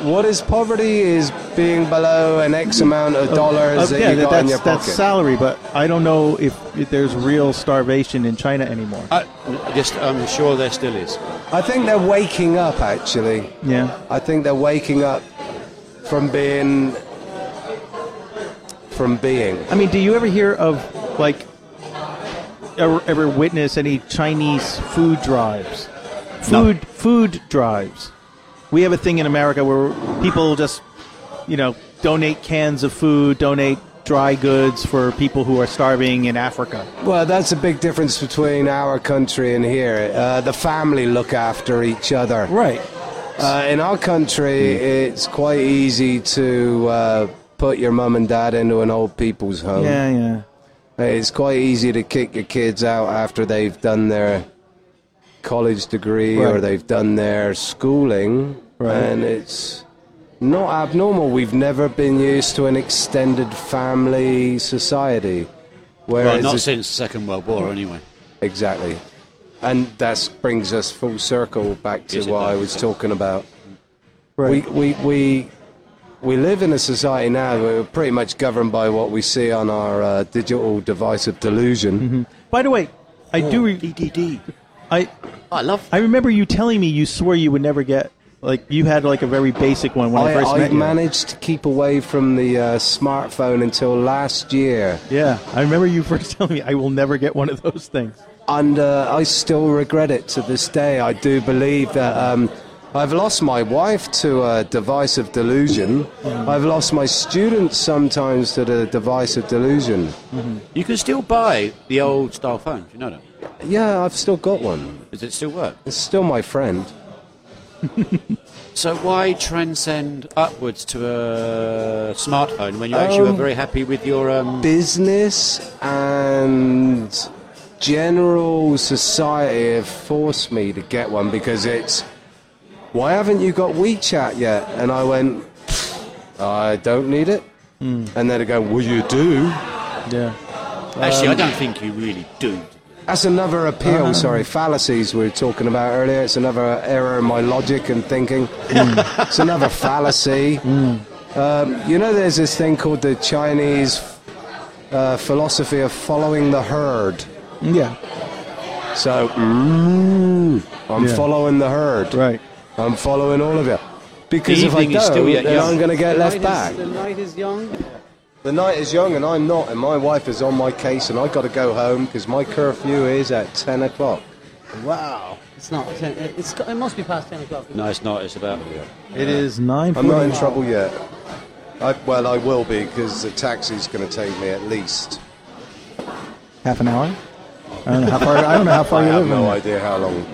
Speaker 1: What is poverty? Is being below an X amount of dollars
Speaker 3: Uh,
Speaker 1: that you
Speaker 3: that-
Speaker 1: got
Speaker 3: that's,
Speaker 1: in your
Speaker 3: that's
Speaker 1: pocket.
Speaker 3: salary, but I don't know if, if there's real starvation in China anymore.
Speaker 2: I, yes, I'm sure there still is.
Speaker 1: I think they're waking up. Actually,
Speaker 3: yeah.
Speaker 1: I think they're waking up from being from being.
Speaker 3: I mean, do you ever hear of like ever, ever witness any Chinese food drives? Food food drives. We have a thing in America where people just you know donate cans of food, donate dry goods for people who are starving in Africa.
Speaker 1: Well, that's a big difference between our country and here. Uh, the family look after each other.
Speaker 3: Right. Hmm.
Speaker 1: Uh, in our country, it's quite easy to uh, put your mum and dad into an old people's home.
Speaker 3: Yeah, yeah.
Speaker 1: It's quite easy to kick your kids out after they've done their college degree or
Speaker 3: Right.
Speaker 1: they've done their schooling.
Speaker 3: Right.
Speaker 1: And it's not abnormal. We've never been used to an extended family society. Where
Speaker 2: Well,
Speaker 1: it's
Speaker 2: not
Speaker 1: a-
Speaker 2: since the Second World War, anyway.
Speaker 1: Exactly. And that brings us full circle back to
Speaker 2: Yes, it
Speaker 1: what I
Speaker 2: does,
Speaker 1: was
Speaker 2: yeah.
Speaker 1: talking about.
Speaker 3: Right.
Speaker 1: We, we, we, we live in a society now where we're pretty much governed by what we see on our uh, digital device of delusion.
Speaker 3: By the way, I
Speaker 1: Oh,
Speaker 3: do.
Speaker 1: E
Speaker 3: Re-
Speaker 2: DDD.
Speaker 3: I
Speaker 2: Oh, I love.
Speaker 3: I remember you telling me you swore you would never get like you had like a very basic one when I,
Speaker 1: I,
Speaker 3: first
Speaker 1: I
Speaker 3: met you.
Speaker 1: managed to keep away from the uh, smartphone until last year.
Speaker 3: yeah, I remember you first (laughs) telling me I will never get one of those things.
Speaker 1: and uh, I still regret it to this day. I do believe that um, I've lost my wife to a device of delusion. I've lost my students sometimes to the device of delusion.
Speaker 2: You can still buy the old style phone. Do you know that?
Speaker 1: Yeah, I've still got one.
Speaker 2: Does it still work?
Speaker 1: It's still my friend.
Speaker 2: So why transcend upwards to a smartphone when you actually
Speaker 1: Um,
Speaker 2: are very happy with your um,
Speaker 1: Business and general society have forced me to get one because it's why haven't you got WeChat yet? And I went, I don't need it. And then they go, well, you do.
Speaker 3: Yeah.
Speaker 2: Actually, I don't think you really do.
Speaker 1: That's another appeal, sorry, fallacies we were talking about earlier. It's another error in my logic and thinking. it's another fallacy. Um, you know, there's this thing called the Chinese uh, philosophy of following the herd.
Speaker 3: Yeah.
Speaker 1: So, mm, I'm
Speaker 3: Yeah.
Speaker 1: following the herd.
Speaker 3: Right.
Speaker 1: I'm following all of you. Because
Speaker 2: The
Speaker 1: if I
Speaker 2: evening
Speaker 1: don't,
Speaker 2: is still yet
Speaker 1: then
Speaker 2: young.
Speaker 1: I'm going to get left back.
Speaker 5: The night is young.
Speaker 1: The night is young and I'm not, and my wife is on my case, and i got to go home because my curfew is at 10 o'clock.
Speaker 2: Wow.
Speaker 5: It's not. Ten, it's, it must be past 10 o'clock.
Speaker 2: No, it's not. It's about.
Speaker 3: It is nine.
Speaker 1: I'm not in trouble yet. I, well, I will be because the taxi's going to take me at least.
Speaker 3: half an hour. I don't know how far. I don't know how far
Speaker 1: (laughs) I
Speaker 3: you
Speaker 1: have
Speaker 3: live.
Speaker 1: no
Speaker 3: in.
Speaker 1: idea how long.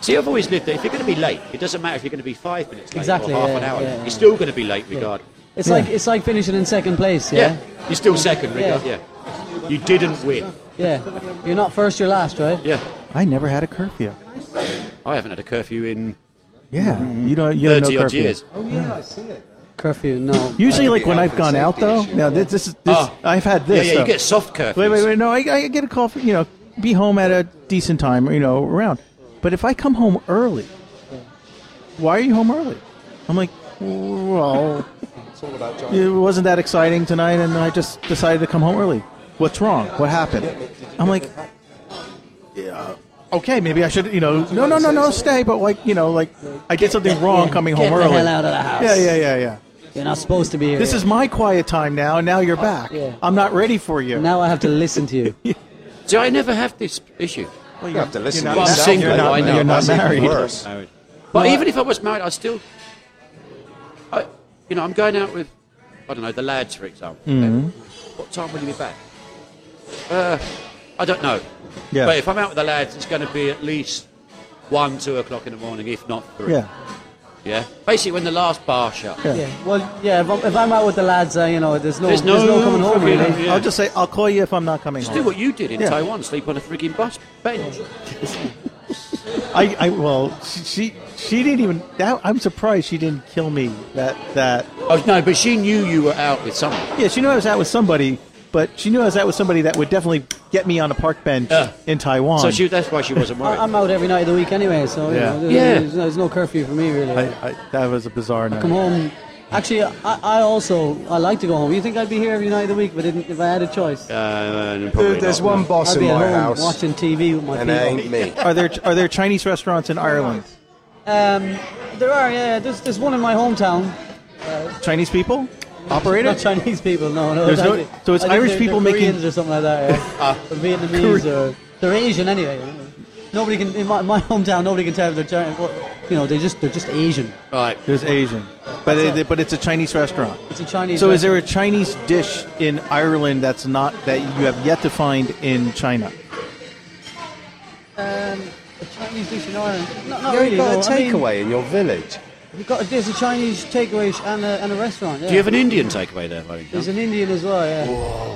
Speaker 2: See, I've always lived there. If you're going to be late, it doesn't matter if you're going to be five minutes late
Speaker 5: Exactly,
Speaker 2: or half
Speaker 5: yeah,
Speaker 2: an hour.
Speaker 5: yeah,
Speaker 2: late.
Speaker 5: yeah.
Speaker 2: You're still going to be late, regard.
Speaker 5: It's like it's like finishing in second place.
Speaker 2: Yeah.
Speaker 5: Yeah.
Speaker 2: You're still second, regard. Yeah. You didn't win.
Speaker 5: Yeah. You're not first. You're last, right?
Speaker 2: Yeah.
Speaker 3: I never had a curfew.
Speaker 2: I haven't had a curfew in
Speaker 3: Yeah,
Speaker 1: Mm-hmm.
Speaker 3: you don't. You don't
Speaker 2: 30 odd
Speaker 3: know curfew.
Speaker 2: years.
Speaker 1: Oh yeah, I see it.
Speaker 5: Curfew. No.
Speaker 3: Usually, like
Speaker 1: be
Speaker 3: when
Speaker 1: health
Speaker 3: I've
Speaker 1: and
Speaker 3: gone
Speaker 1: safety
Speaker 3: out though.
Speaker 1: issue.
Speaker 3: Now this, this is this.
Speaker 2: Oh.
Speaker 3: I've had
Speaker 2: Yeah,
Speaker 3: this.
Speaker 2: yeah, you
Speaker 3: though.
Speaker 2: get soft curfews.
Speaker 3: Wait, wait, wait. No, I, I get a call. For, you know, be home at a decent time. You know, around. But if I come home early, why are you home early? I'm like, well,
Speaker 1: It's all about John.
Speaker 3: it wasn't that exciting tonight, and I just decided to come home early. What's wrong? What happened? I'm like, okay, maybe I should. You know, no, no, no, no, stay. But like, you know, like I did something wrong
Speaker 5: Yeah,
Speaker 3: coming
Speaker 5: Get
Speaker 3: home
Speaker 5: the
Speaker 3: early.
Speaker 5: hell out of the house.
Speaker 3: Yeah, yeah, yeah, yeah.
Speaker 5: You're not supposed to be here.
Speaker 3: This is my quiet time now, and now you're back.
Speaker 5: Yeah.
Speaker 3: I'm not ready for you.
Speaker 5: Now I have to listen to
Speaker 3: (laughs)
Speaker 5: you.
Speaker 2: See, I never have this issue.
Speaker 3: Well,
Speaker 1: You have to listen
Speaker 3: You're
Speaker 1: to
Speaker 3: not,
Speaker 1: yourself.
Speaker 2: single,
Speaker 3: you're not,
Speaker 2: I know.
Speaker 3: you're not
Speaker 1: That's even
Speaker 3: married.
Speaker 1: Worse.
Speaker 2: But even if I was married, I still, I, you know, I'm going out with, I don't know, the lads, for example. What time will you be back? Uh, I don't know.
Speaker 3: Yeah.
Speaker 2: But if I'm out with the lads, it's going to be at least one, two o'clock in the morning, if not three.
Speaker 3: Yeah.
Speaker 2: Yeah? Basically, when the last bar shut.
Speaker 3: Yeah.
Speaker 5: Yeah. Well, yeah. If I'm, if I'm out with the lads, uh, you know, there's no
Speaker 2: There's no
Speaker 5: coming home.
Speaker 2: fucking-
Speaker 5: Really.
Speaker 2: Yeah.
Speaker 3: I'll just say I'll call you if I'm not coming
Speaker 2: Just do
Speaker 3: home.
Speaker 2: what you did in
Speaker 3: Yeah.
Speaker 2: Taiwan, sleep on a frigging bus bench.
Speaker 3: I, I well, she, she she didn't even. That, I'm surprised she didn't kill me. That that
Speaker 2: Oh, no, but she knew you were out with someone.
Speaker 3: yeah, she knew I was out with somebody, but she knew I was out with somebody that would definitely get me on a park bench
Speaker 2: Yeah.
Speaker 3: in Taiwan.
Speaker 2: So she, that's why she wasn't
Speaker 3: (laughs)
Speaker 5: I-
Speaker 2: worried.
Speaker 5: I'm out every night of the week anyway, so you
Speaker 3: Yeah.
Speaker 5: know, there's,
Speaker 2: Yeah.
Speaker 5: There's, no, there's no curfew for me really.
Speaker 3: I, I, that was a bizarre night.
Speaker 5: come home. Actually, I, I also I like to go home. You think I'd be here every night of the week, but didn't, if I had a choice,
Speaker 2: Uh, probably
Speaker 1: Dude, there's
Speaker 2: not,
Speaker 1: one
Speaker 2: no.
Speaker 1: boss
Speaker 5: I'd
Speaker 1: in
Speaker 5: be at
Speaker 1: my
Speaker 5: home
Speaker 1: house,
Speaker 5: watching TV with my
Speaker 1: and
Speaker 5: feet.
Speaker 1: it
Speaker 5: up.
Speaker 1: ain't me.
Speaker 5: (laughs)
Speaker 3: Are there are there Chinese restaurants in Ireland?
Speaker 5: Um, there are yeah. There's, there's one in my hometown.
Speaker 3: Chinese people operator?
Speaker 5: Not Chinese people, no, no.
Speaker 3: There's no-
Speaker 5: I think-
Speaker 3: so it's
Speaker 5: I think
Speaker 3: Irish
Speaker 5: they're-
Speaker 3: people
Speaker 5: they're
Speaker 3: making-
Speaker 5: Koreans or something like that, yeah. or Vietnamese
Speaker 3: Kore-
Speaker 5: or they're Asian anyway. you know. Nobody can in my, my hometown. Nobody can tell if they're Chinese. Well, you know, they just they're just Asian.
Speaker 2: Right.
Speaker 3: There's Asian, but it, but it's a Chinese restaurant.
Speaker 5: It's a Chinese.
Speaker 3: So is there a Chinese dish in Ireland that's not that you have yet to find in China?
Speaker 5: um, a Chinese dish in Ireland? Not, not
Speaker 1: You ain't
Speaker 5: really.
Speaker 1: got a
Speaker 5: no. Oh, I mean,
Speaker 1: takeaway in your village.
Speaker 5: We've got a, there's a Chinese takeaway sh- and a, and a restaurant. Yeah.
Speaker 2: Do you have an Indian takeaway there, by any chance?
Speaker 5: there's an Indian as well. Yeah.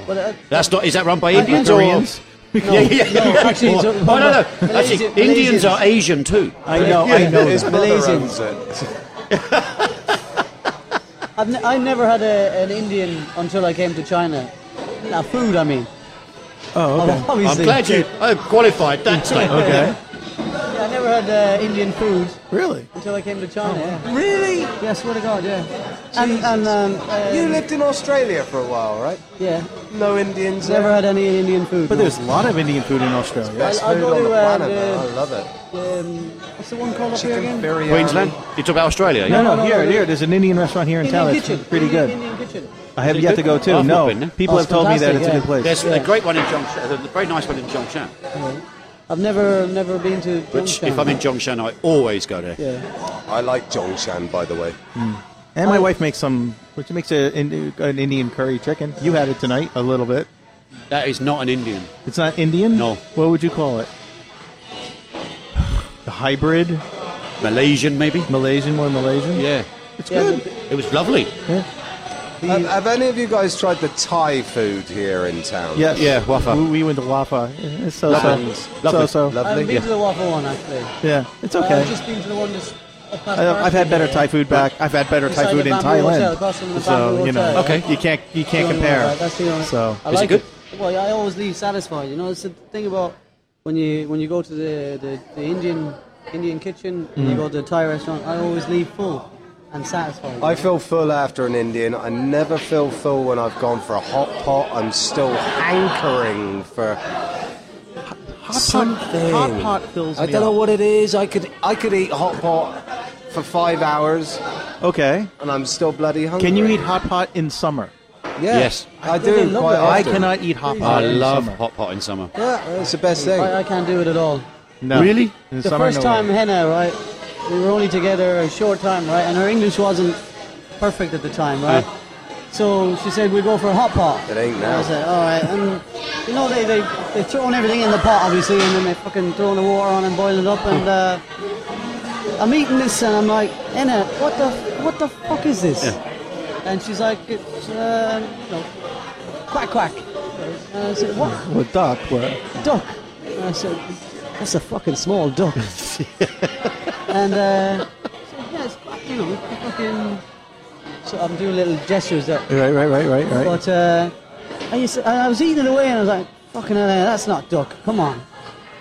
Speaker 5: But uh,
Speaker 2: That's not. Is that run by Indians or
Speaker 3: Koreans?
Speaker 2: Yeah, yeah,
Speaker 5: no,
Speaker 2: yeah.
Speaker 5: actually,
Speaker 2: oh,
Speaker 5: it's-
Speaker 2: no, no. Actually,
Speaker 5: Malaysian-
Speaker 2: Indians
Speaker 5: Malaysians.
Speaker 2: are Asian too.
Speaker 3: I know, I know.
Speaker 1: His
Speaker 3: that.
Speaker 1: brother
Speaker 5: Malaysian.
Speaker 1: owns it.
Speaker 5: I've ne- I never had a, an Indian until I came to China. Now, food, I mean.
Speaker 3: Oh, okay.
Speaker 2: I'm
Speaker 5: (laughs) Obviously.
Speaker 2: glad you I qualified that statement.
Speaker 3: (laughs) Okay.
Speaker 5: Yeah, I never had uh, Indian food
Speaker 3: Really? Oh,
Speaker 5: until I came to China. yeah.
Speaker 1: Really?
Speaker 5: Yeah, I swear to God, yeah. And, and um, uh,
Speaker 1: You lived in Australia for a while, right?
Speaker 5: yeah,
Speaker 1: No Indians
Speaker 5: never
Speaker 1: there.
Speaker 5: had any Indian food.
Speaker 3: But
Speaker 5: no.
Speaker 3: there's a lot of Indian food in Australia.
Speaker 1: Best
Speaker 5: I'll- I'll
Speaker 1: food
Speaker 5: go
Speaker 1: on
Speaker 5: to,
Speaker 1: the
Speaker 5: uh,
Speaker 1: planet.
Speaker 5: the-
Speaker 1: man. I love it.
Speaker 5: Um, what's the one called up here
Speaker 1: Chicken
Speaker 5: again?
Speaker 1: biryani.
Speaker 2: Queensland. You talk about Australia.
Speaker 3: No,
Speaker 2: Yeah.
Speaker 3: no,
Speaker 5: no, no,
Speaker 3: here,
Speaker 5: no.
Speaker 3: here. There's an Indian restaurant here in
Speaker 5: Indian
Speaker 3: town.
Speaker 5: kitchen.
Speaker 3: It's pretty
Speaker 5: Indian,
Speaker 3: good.
Speaker 5: Indian kitchen.
Speaker 3: I have yet to go to.
Speaker 2: I've not been
Speaker 3: No,
Speaker 2: there.
Speaker 3: people
Speaker 5: Oh,
Speaker 3: have told me that it's a good
Speaker 5: fantastic,
Speaker 3: place.
Speaker 2: There's
Speaker 5: Yeah.
Speaker 2: a great one in Zhongshan. There's a very nice one in Zhongshan.
Speaker 5: I've never, never been to.
Speaker 2: Which,
Speaker 5: Yongshan.
Speaker 2: if I'm in Zhongshan, I always go there.
Speaker 5: Yeah.
Speaker 1: I like Zhongshan, by the way.
Speaker 3: And my wife makes some, which makes a, Indi- an Indian curry chicken. You had it tonight, a little bit.
Speaker 2: That is not an Indian.
Speaker 3: It's not Indian.
Speaker 2: No.
Speaker 3: What would you call it? The hybrid
Speaker 2: Malaysian, maybe.
Speaker 3: Malaysian, more Malaysian.
Speaker 2: Yeah.
Speaker 3: it's
Speaker 5: Yeah,
Speaker 3: good.
Speaker 5: the-
Speaker 2: It was lovely.
Speaker 1: Have, have any of you guys tried the Thai food here in town?
Speaker 3: Yes.
Speaker 2: Yeah, Wafa.
Speaker 3: We, we went to Wafa. It's so
Speaker 1: Lovely.
Speaker 3: so.
Speaker 2: Lovely.
Speaker 3: So so.
Speaker 5: I've
Speaker 1: Lovely.
Speaker 5: been to the waffle one actually.
Speaker 3: Yeah, it's
Speaker 5: Uh,
Speaker 3: okay.
Speaker 5: I've just been to the one just. up past
Speaker 3: I, I've had
Speaker 5: Barking
Speaker 3: better
Speaker 5: there.
Speaker 3: Thai food back. I've had better Thai
Speaker 5: Inside
Speaker 3: food
Speaker 5: the
Speaker 3: in
Speaker 5: Bamboo Hotel,
Speaker 3: Thailand.
Speaker 5: across from the
Speaker 3: so
Speaker 5: Bamboo
Speaker 3: you know,
Speaker 5: Hotel,
Speaker 2: Okay.
Speaker 3: you can't you can't
Speaker 5: Don't know
Speaker 3: compare.
Speaker 5: about that, That's the only.
Speaker 3: So
Speaker 5: I
Speaker 2: Is it
Speaker 5: like
Speaker 2: good?
Speaker 5: Well, I always leave satisfied. You know, it's the thing about when you when you go to the the, the Indian Indian kitchen and
Speaker 3: Mm.
Speaker 5: you go to the Thai restaurant. I always leave full and satisfied.
Speaker 1: I feel full after an Indian. I never feel full when I've gone for a hot pot. I'm still hankering for
Speaker 3: hot
Speaker 1: something.
Speaker 3: Hot pot fills
Speaker 1: I
Speaker 3: me
Speaker 1: don't know
Speaker 3: up.
Speaker 1: what it is. I could I could eat hot pot for five hours
Speaker 3: Okay,
Speaker 1: and I'm still bloody hungry.
Speaker 3: can you eat hot pot in summer?
Speaker 1: Yeah,
Speaker 2: Yes.
Speaker 1: I
Speaker 5: they
Speaker 1: do.
Speaker 5: love
Speaker 1: Quite
Speaker 5: it.
Speaker 3: I
Speaker 1: often.
Speaker 3: cannot eat hot
Speaker 2: I
Speaker 3: pot. in
Speaker 2: love
Speaker 3: summer.
Speaker 2: hot pot in summer.
Speaker 1: Yeah, it's the best thing.
Speaker 5: I, I can't do it at all.
Speaker 3: No.
Speaker 2: Really?
Speaker 3: In
Speaker 5: The
Speaker 3: summer,
Speaker 5: first
Speaker 3: no
Speaker 5: time
Speaker 3: way.
Speaker 5: Henna, right?
Speaker 3: Uh,
Speaker 5: We were only together a short time, right? And her English wasn't perfect at the time, right? So she said, we go for a hot pot.
Speaker 1: It ain't
Speaker 5: And
Speaker 1: now.
Speaker 5: I said, all right. And, you know, they, they, they've thrown everything in the pot, obviously, and then they fucking thrown the water on and boil it up. And uh, I'm eating this, and I'm like, Enna, what the, what the fuck is this? And she's like, it's, uh, you know, quack, quack. And I said, what?
Speaker 3: Well, duck, what?
Speaker 5: duck. And I said, that's a fucking small duck. and uh, so, yeah, it's quite, you know, fucking. So I'm doing little gestures there.
Speaker 3: Right, right, right, right, right.
Speaker 5: But uh, I, used to, I I was eating it away and I was like, fucking hell, Anna, that's not duck. Come on.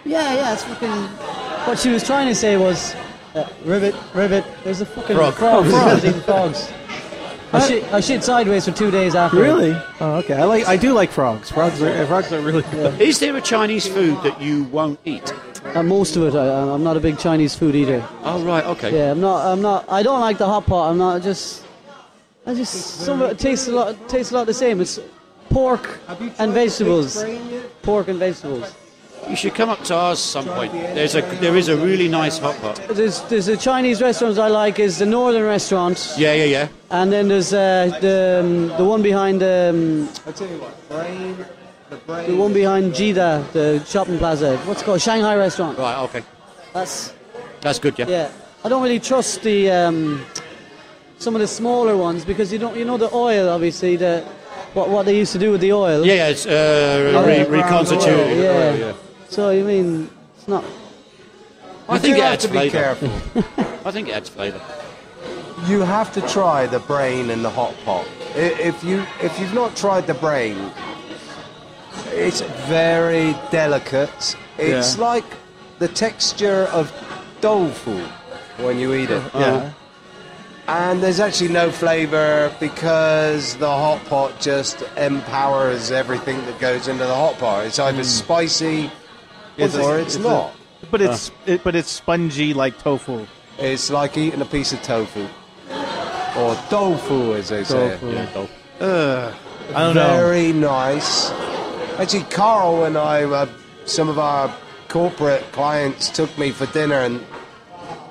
Speaker 5: Yeah, yeah, it's fucking. What she was trying to say was, uh, ribbit, ribbit, there's a fucking
Speaker 2: Frog.
Speaker 5: frog. I was eating frogs. I shit, I shit sideways for two days after.
Speaker 3: Really? Oh, okay. I like. I do like frogs. Frogs are frogs are really good.
Speaker 2: Is there a Chinese food that you won't eat?
Speaker 5: Uh, most of it. I, I'm not a big Chinese food eater.
Speaker 2: Oh, right, okay.
Speaker 5: Yeah, I'm not. I'm not. I don't like the hot pot. I'm not. I just. I just. Some of it tastes a lot. Tastes a lot the same. It's pork and vegetables. Pork and vegetables.
Speaker 2: You should come up to ours some point. There's a, there is a really nice hot pot.
Speaker 5: There's there's the Chinese restaurants I like is the Northern restaurant,
Speaker 2: Yeah, yeah, yeah.
Speaker 5: and then there's uh, the um, the one behind um,
Speaker 7: I tell you what, brain, the brain.
Speaker 5: the one behind Jida, the shopping plaza. What's it called Shanghai restaurant.
Speaker 2: Right, okay.
Speaker 5: That's
Speaker 2: That's good, yeah.
Speaker 5: yeah. I don't really trust the um, some of the smaller ones because you don't you know the oil obviously the what what they used to do with the oil.
Speaker 2: Yeah, yeah, it's uh, re-
Speaker 5: yeah.
Speaker 2: reconstituted.
Speaker 5: Yeah. So you mean it's not?
Speaker 2: I
Speaker 1: you
Speaker 2: think it
Speaker 1: have
Speaker 2: adds
Speaker 1: to be
Speaker 2: flavour.
Speaker 1: careful.
Speaker 2: I think it adds flavour.
Speaker 1: You have to try the brain and the hot pot. I- If you if you've not tried the brain, it's very delicate. It's
Speaker 3: Yeah.
Speaker 1: like the texture of tofu when you eat it.
Speaker 3: Yeah.
Speaker 1: And there's actually no flavour because the hot pot just empowers everything that goes into the hot pot. It's
Speaker 3: Hmm.
Speaker 1: either spicy or it's, not.
Speaker 3: But it's
Speaker 5: Uh.
Speaker 3: it, but it's spongy like tofu.
Speaker 1: It's like eating a piece of tofu. Or tofu, as they say.
Speaker 3: Tofu. I don't know.
Speaker 1: Very nice. Actually, Carl and I, uh, some of our corporate clients took me for dinner and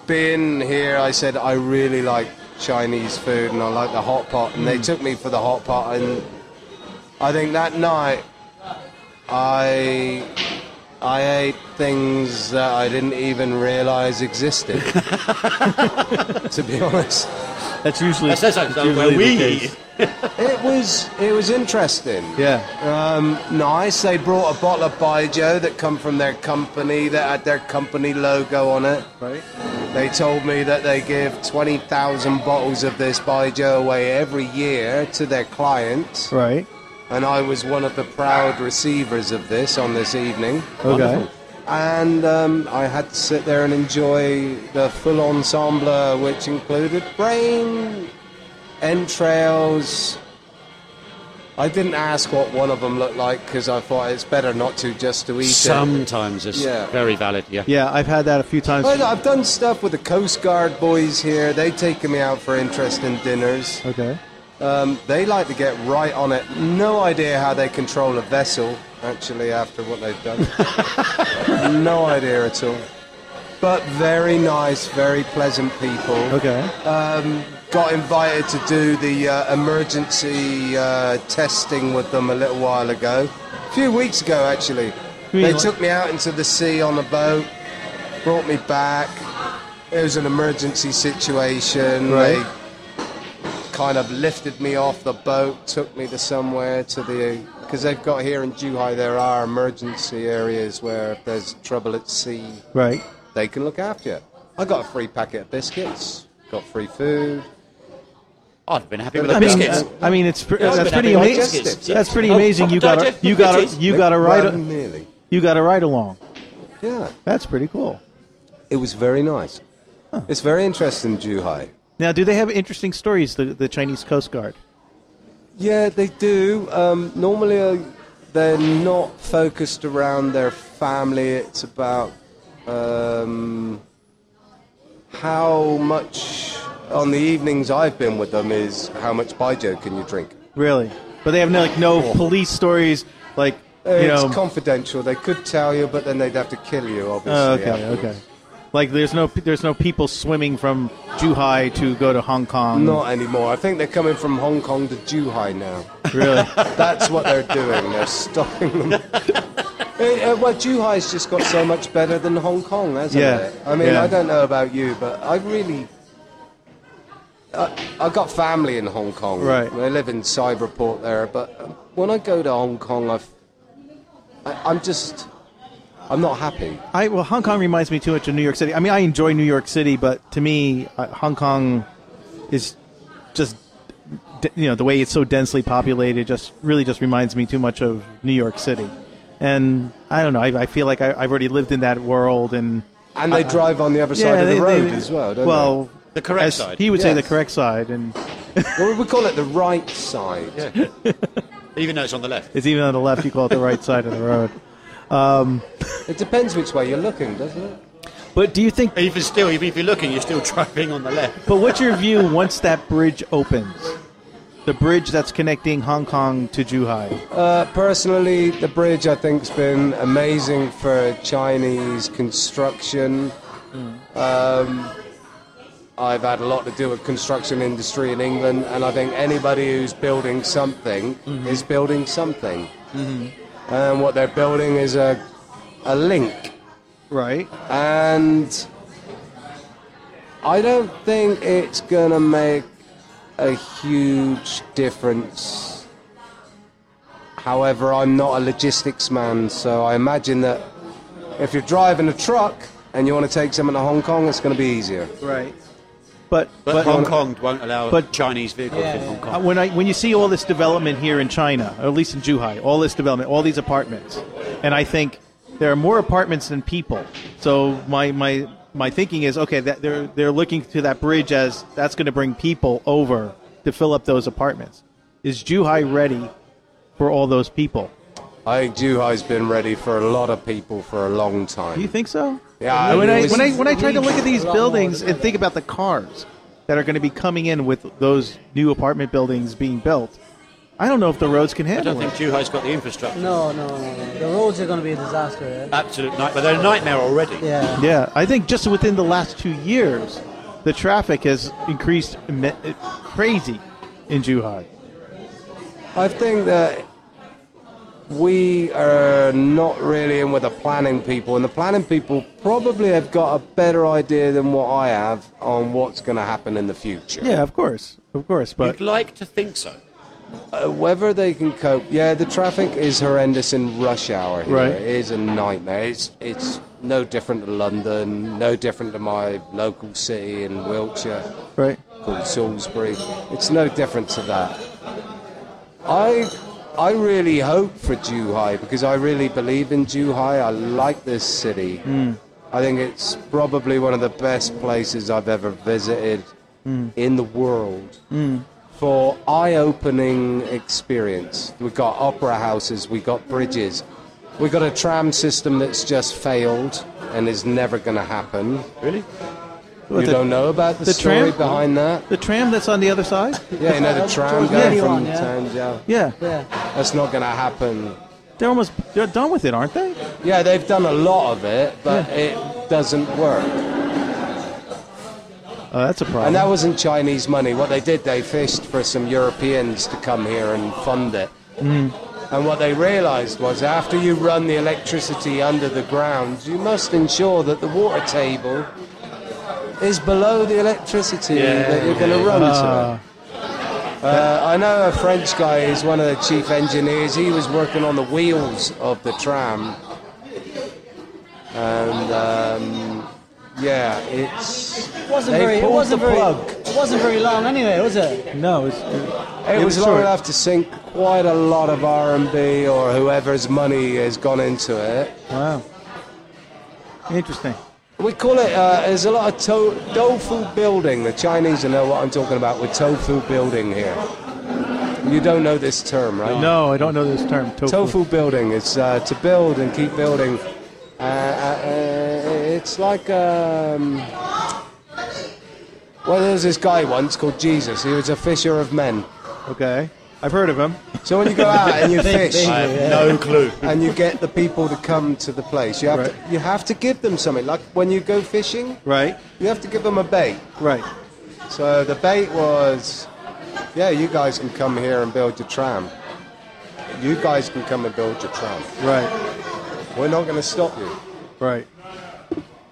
Speaker 1: being here, I said, I really like Chinese food and I like the hot pot. And they took me for the hot pot. And I think that night, I. I ate things that I didn't even realize existed. (laughs) to be honest.
Speaker 3: That's usually
Speaker 2: That's, that's, that's
Speaker 3: usually
Speaker 2: where
Speaker 3: the
Speaker 2: we
Speaker 3: case.
Speaker 2: eat.
Speaker 1: It was it was interesting.
Speaker 3: Yeah.
Speaker 1: Um, nice. They brought a bottle of Baijiu that come from their company that had their company logo on it.
Speaker 3: Right.
Speaker 1: They told me that they give 20,000 bottles of this Baijiu away every year to their clients.
Speaker 3: Right.
Speaker 1: And I was one of the proud receivers of this on this evening.
Speaker 3: Okay.
Speaker 1: And um, I had to sit there and enjoy the full ensemble, which included brain, entrails. I didn't ask what one of them looked like because I thought it's better not to just to eat it.
Speaker 2: Sometimes it's
Speaker 1: Yeah.
Speaker 2: very valid, yeah.
Speaker 3: Yeah, I've had that a few times.
Speaker 1: But I've done stuff with the Coast Guard boys here. They've taken me out for interesting dinners.
Speaker 3: Okay.
Speaker 1: Um, they like to get right on it. No idea how they control a vessel, actually, after what they've done. no idea at all. But very nice, very pleasant people.
Speaker 3: Okay.
Speaker 1: Got invited to do the uh, emergency uh, testing with them a little while ago. A few weeks ago, actually. They
Speaker 3: Really?
Speaker 1: took me out into the sea on a boat, brought me back. It was an emergency situation.
Speaker 3: Right.
Speaker 1: They kind of lifted me off the boat, took me to somewhere to the. Because they've got here in Zhuhai, there are emergency areas where if there's trouble at sea,
Speaker 3: Right.
Speaker 1: they can look after you. I got a free packet of biscuits, got free food.
Speaker 2: I'd have been happy with the
Speaker 3: I mean,
Speaker 2: biscuits.
Speaker 3: uh, I mean, it's pr-
Speaker 2: I'd have
Speaker 3: that's
Speaker 2: been
Speaker 3: pretty
Speaker 2: happy with
Speaker 3: amazing.
Speaker 2: biscuits.
Speaker 3: That's pretty
Speaker 2: Oh,
Speaker 3: amazing. You got a,
Speaker 2: digest-
Speaker 3: you got
Speaker 2: biscuits.
Speaker 3: a, you got a ride
Speaker 1: Well,
Speaker 3: a,
Speaker 1: nearly.
Speaker 3: you got a ride along.
Speaker 1: Yeah,
Speaker 3: That's pretty cool.
Speaker 1: it was very nice. It's very interesting, Zhuhai.
Speaker 3: Now, do they have interesting stories? The the Chinese Coast Guard.
Speaker 1: Yeah, they do. Um, normally, uh, they're not focused around their family. It's about um, how much. On the evenings I've been with them, is how much baijiu can you drink?
Speaker 3: Really? But they have no, like no police stories, like you
Speaker 1: It's
Speaker 3: know.
Speaker 1: confidential. They could tell you, but then they'd have to kill you, obviously.
Speaker 3: Oh, okay,
Speaker 1: afterwards.
Speaker 3: okay. Like there's no there's no people swimming from Zhuhai to go to Hong Kong.
Speaker 1: Not anymore. I think they're coming from Hong Kong to Zhuhai now.
Speaker 3: really.
Speaker 1: (laughs) That's what they're doing. They're stopping them.
Speaker 3: (laughs)
Speaker 1: Eh, eh, well, Zhuhai's just got so much better than Hong Kong, hasn't
Speaker 3: Yeah,
Speaker 1: it? I mean,
Speaker 3: yeah.
Speaker 1: I don't know about you, but I really. I, I got family in Hong Kong.
Speaker 3: Right.
Speaker 1: I live in Cyberport there, but um, when I go to Hong Kong, I've, I, I'm just. I'm not happy.
Speaker 3: I well, Hong Kong reminds me too much of New York City. I mean, I enjoy New York City, but to me, uh, Hong Kong is just d- you know the way it's so densely populated. Just really just reminds me too much of New York City, and I don't know. I, I feel like I, I've already lived in that world, and
Speaker 1: And they drive on the other side of the
Speaker 3: they-
Speaker 1: road
Speaker 3: they-
Speaker 1: as well, don't
Speaker 3: well,
Speaker 2: The correct
Speaker 3: as
Speaker 2: side.
Speaker 3: He would say the
Speaker 1: Yes.
Speaker 3: correct side, and
Speaker 1: they? Well, we call it the right side.
Speaker 2: Even though it's on the left.
Speaker 3: it's even on the left. You call it the right side of the road.
Speaker 1: It depends which way you're looking, doesn't it?
Speaker 3: (laughs) But do you think?
Speaker 2: Even still, even if you're looking, you're still (laughs) driving on the left.
Speaker 3: But what's your view once that bridge opens? The bridge that's connecting Hong Kong to Zhuhai.
Speaker 1: Uh, personally, the bridge I think's been amazing for Chinese construction. Um, I've had a lot to do with construction industry in England, and I think anybody who's building something is building something. And what they're building is a a link,
Speaker 3: Right.
Speaker 1: and I don't think it's gonna make a huge difference However, I'm not a logistics man, so I imagine that if you're driving a truck and you want to take someone to Hong Kong, it's going to be easier.
Speaker 3: Right. But
Speaker 2: But,
Speaker 3: but,
Speaker 2: Hong Kong won't allow
Speaker 3: but-
Speaker 2: Chinese vehicles in Hong
Speaker 3: uh,
Speaker 2: Kong.
Speaker 3: when I when you see all this development here in China, or at least in Zhuhai, all this development, all these apartments, and I think there are more apartments than people. So my my my thinking is okay that they're they're looking to that bridge as that's going to bring people over to fill up those apartments. Is Zhuhai ready for all those people?
Speaker 1: I think Zhuhai's been ready for a lot of people for a long
Speaker 3: Do you
Speaker 1: time.
Speaker 3: think so?
Speaker 1: Yeah,
Speaker 3: I
Speaker 1: I
Speaker 3: when
Speaker 1: mean,
Speaker 3: I
Speaker 1: it was-
Speaker 3: when I when I try to look at these
Speaker 4: a lot
Speaker 3: buildings
Speaker 4: more than
Speaker 3: and think about the cars that are going to be coming in with those new apartment buildings being built, I don't know if the roads can
Speaker 2: I don't
Speaker 3: handle
Speaker 2: think
Speaker 3: it.
Speaker 2: Zhuhai's got the infrastructure.
Speaker 4: No, no, no, no. The roads are going to be a
Speaker 5: eh?
Speaker 4: disaster. Yeah.
Speaker 2: Absolute nightmare. They're a nightmare already.
Speaker 4: yeah.
Speaker 3: Yeah, I think just within the last two years, the traffic has increased imme- crazy in Zhuhai.
Speaker 1: I think that we are not really in with the planning people, and the planning people probably have got a better idea than what I have on what's going to happen in the future.
Speaker 3: Yeah, of course, of course, but
Speaker 2: You'd like to think so.
Speaker 1: Uh, whether they can cope. Yeah, the traffic is horrendous in rush hour here.
Speaker 3: Right.
Speaker 1: It is a nightmare. It's it's no different to London, no different to my local city in Wiltshire
Speaker 3: right,
Speaker 1: called Salisbury. It's no different to that. I I really hope for Zhuhai because I really believe in Zhuhai. I like this city.
Speaker 3: Hmm.
Speaker 1: I think it's probably one of the best places I've ever visited
Speaker 3: Hmm.
Speaker 1: in the world for eye-opening experience. We've got opera houses, we've got bridges, we've got a tram system that's just failed and is never going to happen.
Speaker 2: Really?
Speaker 1: you
Speaker 3: the-
Speaker 1: don't know about the,
Speaker 3: the tram?
Speaker 1: story behind that?
Speaker 3: the tram that's on the other side.
Speaker 1: Yeah, you know the
Speaker 4: That's
Speaker 1: tram
Speaker 4: George
Speaker 1: going
Speaker 4: Lady
Speaker 1: from
Speaker 4: one, yeah.
Speaker 1: Tangel.
Speaker 3: Yeah,
Speaker 4: Yeah.
Speaker 1: That's not going to happen.
Speaker 3: they're almost they're done with it, aren't they?
Speaker 1: Yeah, they've done a lot of it, but it doesn't work.
Speaker 3: Uh, that's a problem.
Speaker 1: And that wasn't Chinese money. What they did, they fished for some Europeans to come here and fund it.
Speaker 4: Mm.
Speaker 1: And what they realized was after you run the electricity under the ground, you must ensure that the water table is below the electricity that you're going to run
Speaker 4: Ah.
Speaker 1: to.
Speaker 3: Uh,
Speaker 1: Uh, I know a French guy who's one of the chief engineers. He was working on the wheels of the tram. And, um, yeah, it's.
Speaker 4: It wasn't
Speaker 1: They
Speaker 4: very. It
Speaker 1: pulled
Speaker 4: wasn't
Speaker 1: the
Speaker 4: very.
Speaker 1: plug.
Speaker 4: It wasn't very long anyway, was it?
Speaker 3: no, it's,
Speaker 1: It was
Speaker 3: was
Speaker 1: long
Speaker 3: short.
Speaker 1: enough to sink quite a lot of R&B or whoever's money has gone into it.
Speaker 3: wow, interesting.
Speaker 1: We call it, uh, there's a lot of to- tofu building. The Chinese will know what I'm talking about with tofu building here. You don't know this term, right?
Speaker 3: No, I don't know this term. Tofu.
Speaker 1: Tofu building is uh, to build and keep building. Uh, uh, uh, it's like um, well, there was this guy once called Jesus. He was a fisher of men,
Speaker 3: Okay. I've heard of him.
Speaker 1: So when you go out and
Speaker 3: (laughs)
Speaker 1: you
Speaker 4: Big,
Speaker 1: fish
Speaker 4: big.
Speaker 2: I have no clue.
Speaker 1: and you get the people to come to the place, you have
Speaker 3: Right.
Speaker 1: to, you have to give them something. Like when you go fishing,
Speaker 3: Right,
Speaker 1: you have to give them a bait.
Speaker 3: right.
Speaker 1: So the bait was, yeah, you guys can come here and build your tram. You guys can come and build your tram.
Speaker 3: Right,
Speaker 1: We're not going to stop you.
Speaker 3: right.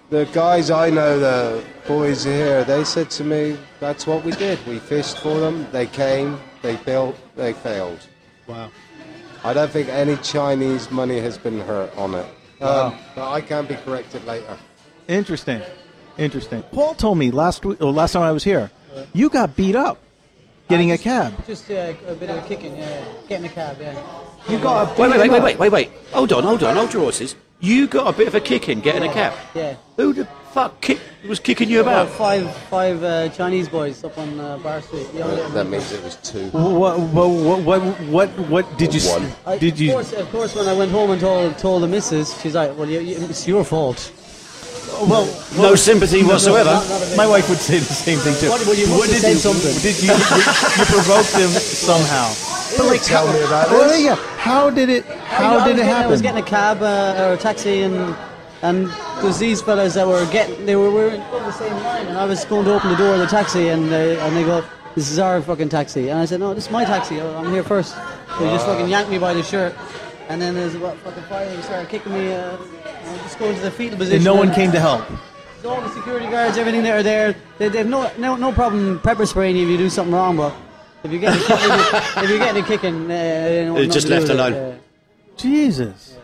Speaker 1: The guys I know, the boys here, they said to me, that's what we did. We fished for them, they came, they built, they failed.
Speaker 3: Wow.
Speaker 1: I don't think any Chinese money has been hurt on it. Um, but I can be corrected later.
Speaker 3: Interesting. Interesting. Paul told me last week, or last time I was here, you got beat up getting a cab.
Speaker 5: Just uh, a bit of a kicking, yeah. Getting a cab, yeah.
Speaker 1: You got a
Speaker 2: Wait, wait, wait, wait, wait, wait, wait. Hold on, hold on, hold your horses. You got a bit of a kick in getting a cab.
Speaker 5: Yeah.
Speaker 2: Who the fuck kick, was kicking you
Speaker 5: About
Speaker 2: about?
Speaker 5: five five uh, Chinese boys up on uh, Bar Street. Yeah, yeah.
Speaker 1: That means it was two.
Speaker 3: What, what, what, what, what did you?
Speaker 1: One.
Speaker 5: I,
Speaker 3: Did
Speaker 5: of
Speaker 3: you?
Speaker 5: Course, of course, when I went home and told told the missus, she's like, "Well, you, you, it's your fault."
Speaker 3: Well,
Speaker 2: No sympathy whatsoever.
Speaker 3: my wife would say the same thing too.
Speaker 5: What- well, you must
Speaker 3: did
Speaker 5: have said
Speaker 3: you,
Speaker 5: something.
Speaker 3: Did you, you, you provoked them somehow?
Speaker 1: But like, tell me about
Speaker 3: Well,
Speaker 1: this.
Speaker 3: yeah. How did it?
Speaker 5: I
Speaker 3: How
Speaker 5: was
Speaker 3: did it
Speaker 5: getting- I was
Speaker 3: happen?
Speaker 5: getting a cab uh, or a taxi, and and there's these fellas that were getting they were, we were on the same line, and I was going to open the door of the taxi, and they, and they go, "This is our fucking taxi," and I said, "No, this is my taxi. I- I'm here first. They just fucking
Speaker 3: Ah.
Speaker 5: yanked me by the shirt, and then there's what fucking fire. They started kicking me. Uh, I was just going to the fetal position.
Speaker 3: And no one came to help.
Speaker 5: All the security guards, everything that are there, they, they've no, no no problem pepper spraying you if you do something wrong, but if you get a kicking, if you get a kicking, uh, they don't want
Speaker 2: They're just
Speaker 5: nothing to do
Speaker 2: left
Speaker 5: with it,
Speaker 2: alone.
Speaker 5: uh,
Speaker 3: Jesus.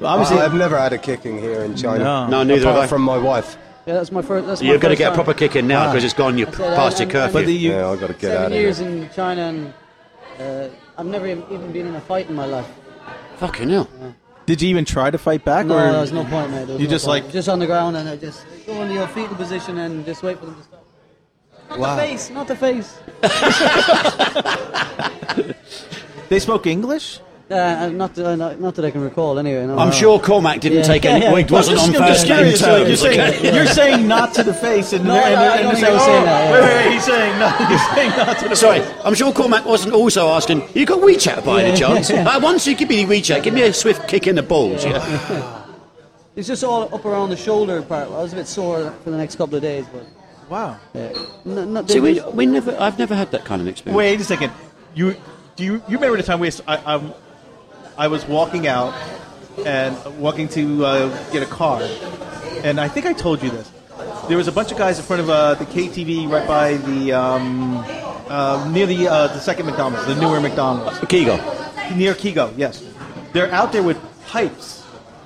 Speaker 3: Well,
Speaker 1: Obviously,
Speaker 3: obviously,
Speaker 1: I've never had a kicking here in China.
Speaker 3: No.
Speaker 2: No, neither
Speaker 1: apart
Speaker 2: have I.
Speaker 1: from my wife.
Speaker 5: yeah, that's my first. That's my
Speaker 2: You're going to
Speaker 5: first
Speaker 2: get a
Speaker 5: time.
Speaker 2: proper kick in now because it's gone. You're
Speaker 5: said,
Speaker 2: past your
Speaker 5: and- and-
Speaker 2: curfew.
Speaker 3: but the, you,
Speaker 1: yeah, i got to get out
Speaker 5: Seven
Speaker 1: of
Speaker 5: years
Speaker 1: here.
Speaker 5: in China, and uh, I've never even even been in a fight in my life.
Speaker 2: Fucking hell.
Speaker 3: did you even try to fight back?
Speaker 5: No,
Speaker 3: or
Speaker 5: there was no point, mate. There was
Speaker 3: You
Speaker 5: no
Speaker 3: just,
Speaker 5: point.
Speaker 3: like-
Speaker 5: just on the ground, and I just go into your fetal position and just wait for them to stop. Not
Speaker 3: Wow.
Speaker 5: the face, not the face.
Speaker 3: They spoke English.
Speaker 5: Uh, uh, not, that I- not, not that I can recall, anyway. No,
Speaker 3: Ah.
Speaker 2: I'm
Speaker 5: no.
Speaker 2: sure Cormac didn't
Speaker 5: Yeah.
Speaker 2: take any.
Speaker 5: Yeah, yeah.
Speaker 2: It wasn't on
Speaker 3: I'm
Speaker 2: first
Speaker 3: just
Speaker 2: name
Speaker 3: curious. Like, you're
Speaker 2: terms. okay?
Speaker 3: saying (laughs) you're saying not to the face, and
Speaker 5: No,
Speaker 3: they're- and
Speaker 5: I- I
Speaker 3: they're-
Speaker 5: don't
Speaker 3: and
Speaker 5: think I
Speaker 3: they're saying,
Speaker 5: was saying that,
Speaker 3: "Oh,
Speaker 5: yeah.
Speaker 3: wait, wait, he's saying not. (laughs) He's saying not to the
Speaker 2: Sorry,
Speaker 3: face.
Speaker 2: I'm sure Cormac wasn't also asking, you got WeChat by any chance? Uh, once you give me WeChat, give me a swift kick in the balls. Yeah.
Speaker 5: It's just all up around the shoulder part. I was a bit sore for the next couple of days, but
Speaker 3: Wow.
Speaker 5: no, not
Speaker 2: See, we, we never, I've never had that kind of experience.
Speaker 3: Wait a second. You do you, you remember the time we I, um, I was walking out and walking to uh, get a car, and I think I told you this. There was a bunch of guys in front of uh, the KTV right by the um, uh, near the uh, the second McDonald's, the newer McDonald's
Speaker 2: Keego.
Speaker 3: near Kigo. Yes, they're out there with pipes.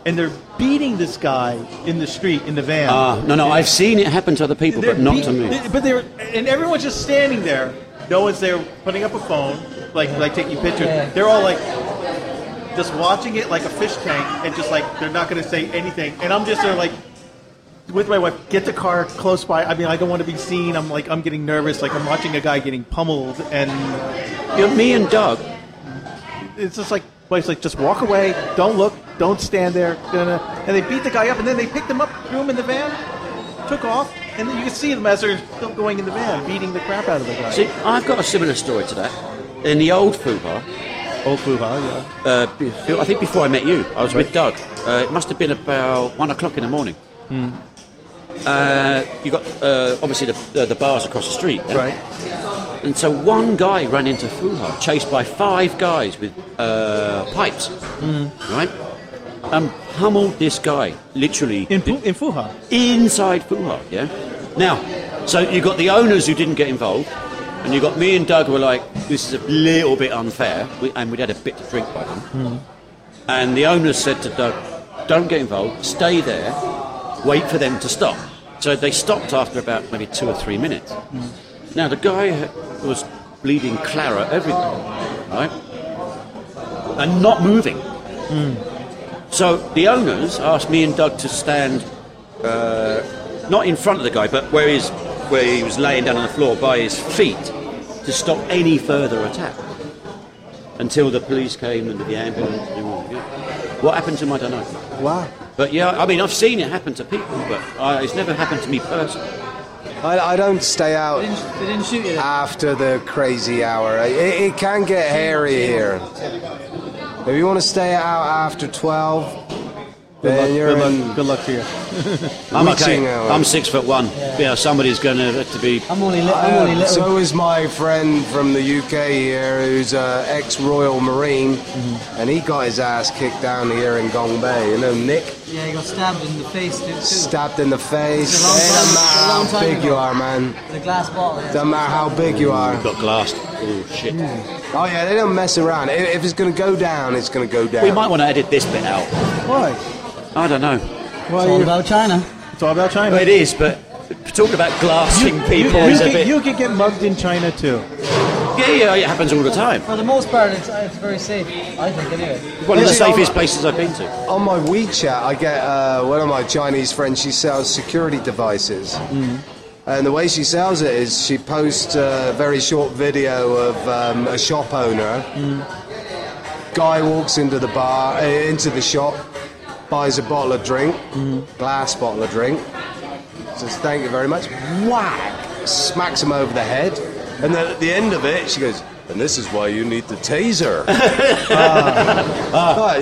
Speaker 3: And they're beating this guy in the street in the van.
Speaker 2: Ah, no, no, I've seen it happen to other people,
Speaker 3: They're
Speaker 2: but not
Speaker 3: beat-
Speaker 2: to me.
Speaker 3: they- but they're and everyone's just standing there. No one's there putting up a phone, like like taking pictures. They're all like just watching it like a fish tank, and just like they're not going to say anything. And I'm just there like with my wife. Get the car close by. I mean, I don't want to be seen. I'm like I'm getting nervous. Like I'm watching a guy getting pummeled, and
Speaker 2: You know, me and Doug,
Speaker 3: it's just like. Wife's like, just walk away. Don't look. Don't stand there. And they beat the guy up, and then they picked him up, threw him in the van, took off, and then you can see them as they're still going in the van, beating the crap out of the guy.
Speaker 2: see, I've got a similar story to that. In the old foo bar,
Speaker 3: Old Fuha, yeah.
Speaker 2: uh, be- I think before I met you, I was with Doug. Uh, it must have been about one o'clock in the morning. Uh, you got uh, obviously the, uh, the bars across the street, yeah?
Speaker 3: Right.
Speaker 2: And so one guy ran into Fuha, chased by five guys with uh, pipes, right? And pummeled this guy, literally
Speaker 3: In, Fu- in Fuha.
Speaker 2: inside Fuha, yeah? Now, so you got the owners who didn't get involved, and you got me and Doug who were like, this is a little bit unfair, we, and we'd had a bit to drink by then. And the owners said to Doug, don't get involved, stay there, wait for them to stop. So they stopped after about maybe two or three minutes. Now, the guy who was bleeding claret everything, right? And not moving. So the owners asked me and Doug to stand not in front of the guy, but where he's where he was laying down on the floor by his feet to stop any further attack until the police came and the ambulance. And all, yeah. What happened to him, I don't know.
Speaker 1: Wow.
Speaker 2: But yeah, I mean, I've seen it happen to people, but I, it's never happened to me personally.
Speaker 1: I, I don't stay out
Speaker 5: They didn't, they didn't shoot you. Then.
Speaker 1: after the crazy hour. It, it can get hairy here. If you want to stay out after 12,
Speaker 3: Good
Speaker 1: then
Speaker 3: luck,
Speaker 1: you're
Speaker 3: good,
Speaker 1: in
Speaker 3: luck, good luck to you.
Speaker 2: I'm
Speaker 1: reaching
Speaker 2: okay.
Speaker 1: out.
Speaker 2: I'm six foot one. Yeah, somebody's going to have to be. (laughs)
Speaker 5: I'm only little. I'm only
Speaker 1: Uh,
Speaker 5: little.
Speaker 1: so is my friend from the UK here, who's an ex-Royal Marine,
Speaker 5: Mm-hmm.
Speaker 1: and he got his ass kicked down here in Gong Bay. You know, Nick
Speaker 5: yeah, you got stabbed in the face too. too.
Speaker 1: stabbed in the face.
Speaker 5: It's a long
Speaker 1: It
Speaker 5: time-
Speaker 1: doesn't
Speaker 5: it's a
Speaker 1: matter
Speaker 5: long
Speaker 1: how
Speaker 5: time
Speaker 1: big
Speaker 5: ago.
Speaker 1: you are, man.
Speaker 5: With a glass bottle. Yeah.
Speaker 1: Doesn't matter how big you are.
Speaker 2: Got glassed. Oh, shit.
Speaker 1: Oh yeah, they don't mess around. If if it's gonna go down, it's gonna go down.
Speaker 2: We might want to edit this bit out.
Speaker 3: Why?
Speaker 2: I don't know.
Speaker 3: Why
Speaker 5: All
Speaker 3: you-
Speaker 5: about China.
Speaker 3: it's all about China.
Speaker 2: It is, but talking about glassing people
Speaker 3: you,
Speaker 2: is a
Speaker 3: could,
Speaker 2: bit.
Speaker 3: you could get mugged in China too.
Speaker 2: yeah, yeah, it happens all the time.
Speaker 5: For the most part, it's, it's very safe. I think anyway.
Speaker 2: One of the
Speaker 1: Is it all
Speaker 2: safest
Speaker 1: right?
Speaker 2: places I've been to.
Speaker 1: On my WeChat, I get uh, one of my Chinese friends. She sells security devices, and the way she sells it is she posts a very short video of um, a shop owner. Guy walks into the bar, uh, into the shop, buys a bottle of drink, glass bottle of drink. Says thank you very much. Whack! Smacks him over the head, and then at the end of it, she goes. And this is why you need the taser. But,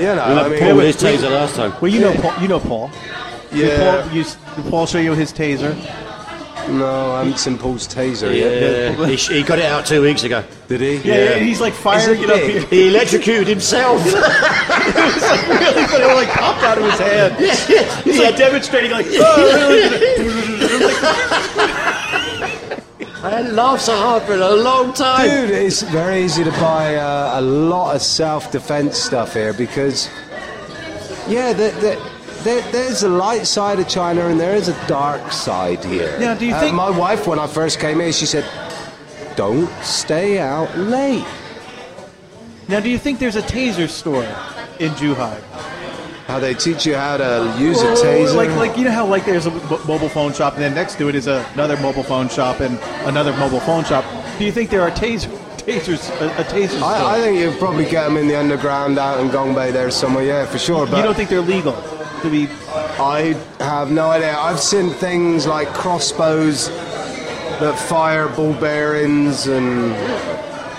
Speaker 1: you know, I
Speaker 2: Remember
Speaker 1: mean,
Speaker 2: Paul
Speaker 1: it
Speaker 2: with his
Speaker 1: was-
Speaker 2: taser last time.
Speaker 3: Well, you know Paul. You know Paul. Did
Speaker 1: Yeah.
Speaker 3: Paul, you, s- did Paul show you his taser?
Speaker 1: No, I haven't seen Paul's taser yet.
Speaker 2: Yeah, he, sh- he got it out two weeks ago.
Speaker 1: Did he?
Speaker 3: he's like
Speaker 1: firing it up here.
Speaker 2: (laughs)
Speaker 3: (laughs)
Speaker 2: He electrocuted (laughs) himself.
Speaker 3: but it like popped out of his hand.
Speaker 2: He's like demonstrating,
Speaker 3: (laughs)
Speaker 2: like, I hadn't laughed so hard for a long time.
Speaker 1: Dude, it's very easy to buy uh, a lot of self defense stuff here because, yeah, the, the, there, there's a light side of China and there is a dark side here.
Speaker 3: Now, do you
Speaker 1: Uh,
Speaker 3: think-
Speaker 1: My wife, when I first came here, she said, don't stay out late.
Speaker 3: Now, do you think there's a taser store in Zhuhai?
Speaker 1: How they teach you how to use a
Speaker 3: Well,
Speaker 1: taser.
Speaker 3: Like, like you know how like there's a mo- mobile phone shop, and then next to it is a, another mobile phone shop, and another mobile phone shop. Do you think there are taser, (laughs) tasers, a, a taser store?
Speaker 1: I, I think you'd probably get them in the underground out in Gongbei there somewhere, yeah, for sure. But
Speaker 3: you don't think they're legal to be?
Speaker 1: I have no idea. I've seen things like crossbows that fire ball bearings, and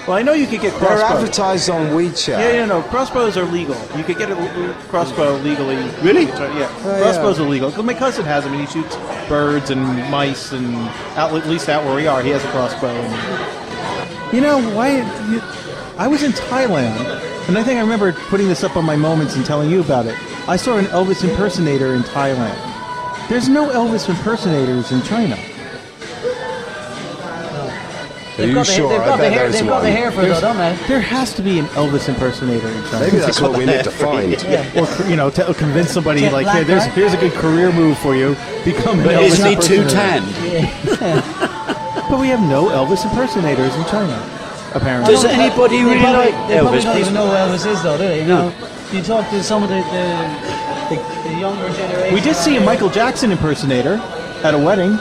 Speaker 3: Well, I know you could get
Speaker 1: they're
Speaker 3: crossbows.
Speaker 1: advertised on WeChat.
Speaker 3: Yeah, yeah, no. Crossbows are legal. You could get a l- crossbow legally.
Speaker 2: Really?
Speaker 3: Oh, Yeah,
Speaker 1: yeah.
Speaker 3: crossbows are legal. 'Cause My cousin has them, and he shoots birds and mice, and out, at least out where we are, he has a crossbow. And, you know why? You, I was in Thailand, and I think I remember putting this up on my moments and telling you about it. I saw an Elvis impersonator in Thailand. There's no Elvis impersonators in China.
Speaker 1: Are you
Speaker 5: got the,
Speaker 1: sure?
Speaker 5: They've got,
Speaker 1: I
Speaker 5: the
Speaker 1: bet
Speaker 5: hair,
Speaker 1: there's
Speaker 5: they've
Speaker 1: one.
Speaker 5: got the hair for it, though, don't they?
Speaker 3: There has to be an Elvis impersonator in China.
Speaker 1: Maybe that's what we need to find.
Speaker 3: or you know, to convince somebody
Speaker 5: Jet
Speaker 3: like,
Speaker 5: black,
Speaker 3: hey, there's
Speaker 5: right?
Speaker 3: here's a good career move for you. Become an
Speaker 2: But
Speaker 3: Elvis
Speaker 2: isn't he too
Speaker 3: impersonator."
Speaker 2: tanned?
Speaker 3: But we have no Elvis impersonators in China, apparently.
Speaker 2: Does anybody
Speaker 5: They
Speaker 2: really
Speaker 5: probably,
Speaker 2: like
Speaker 5: they probably
Speaker 2: Elvis?
Speaker 5: don't even
Speaker 2: Please-
Speaker 5: know who Elvis is, though, do they? You
Speaker 2: No.
Speaker 5: know, you talk to some of the, the, the, the younger generation.
Speaker 3: we did see a Michael Jackson impersonator at a wedding,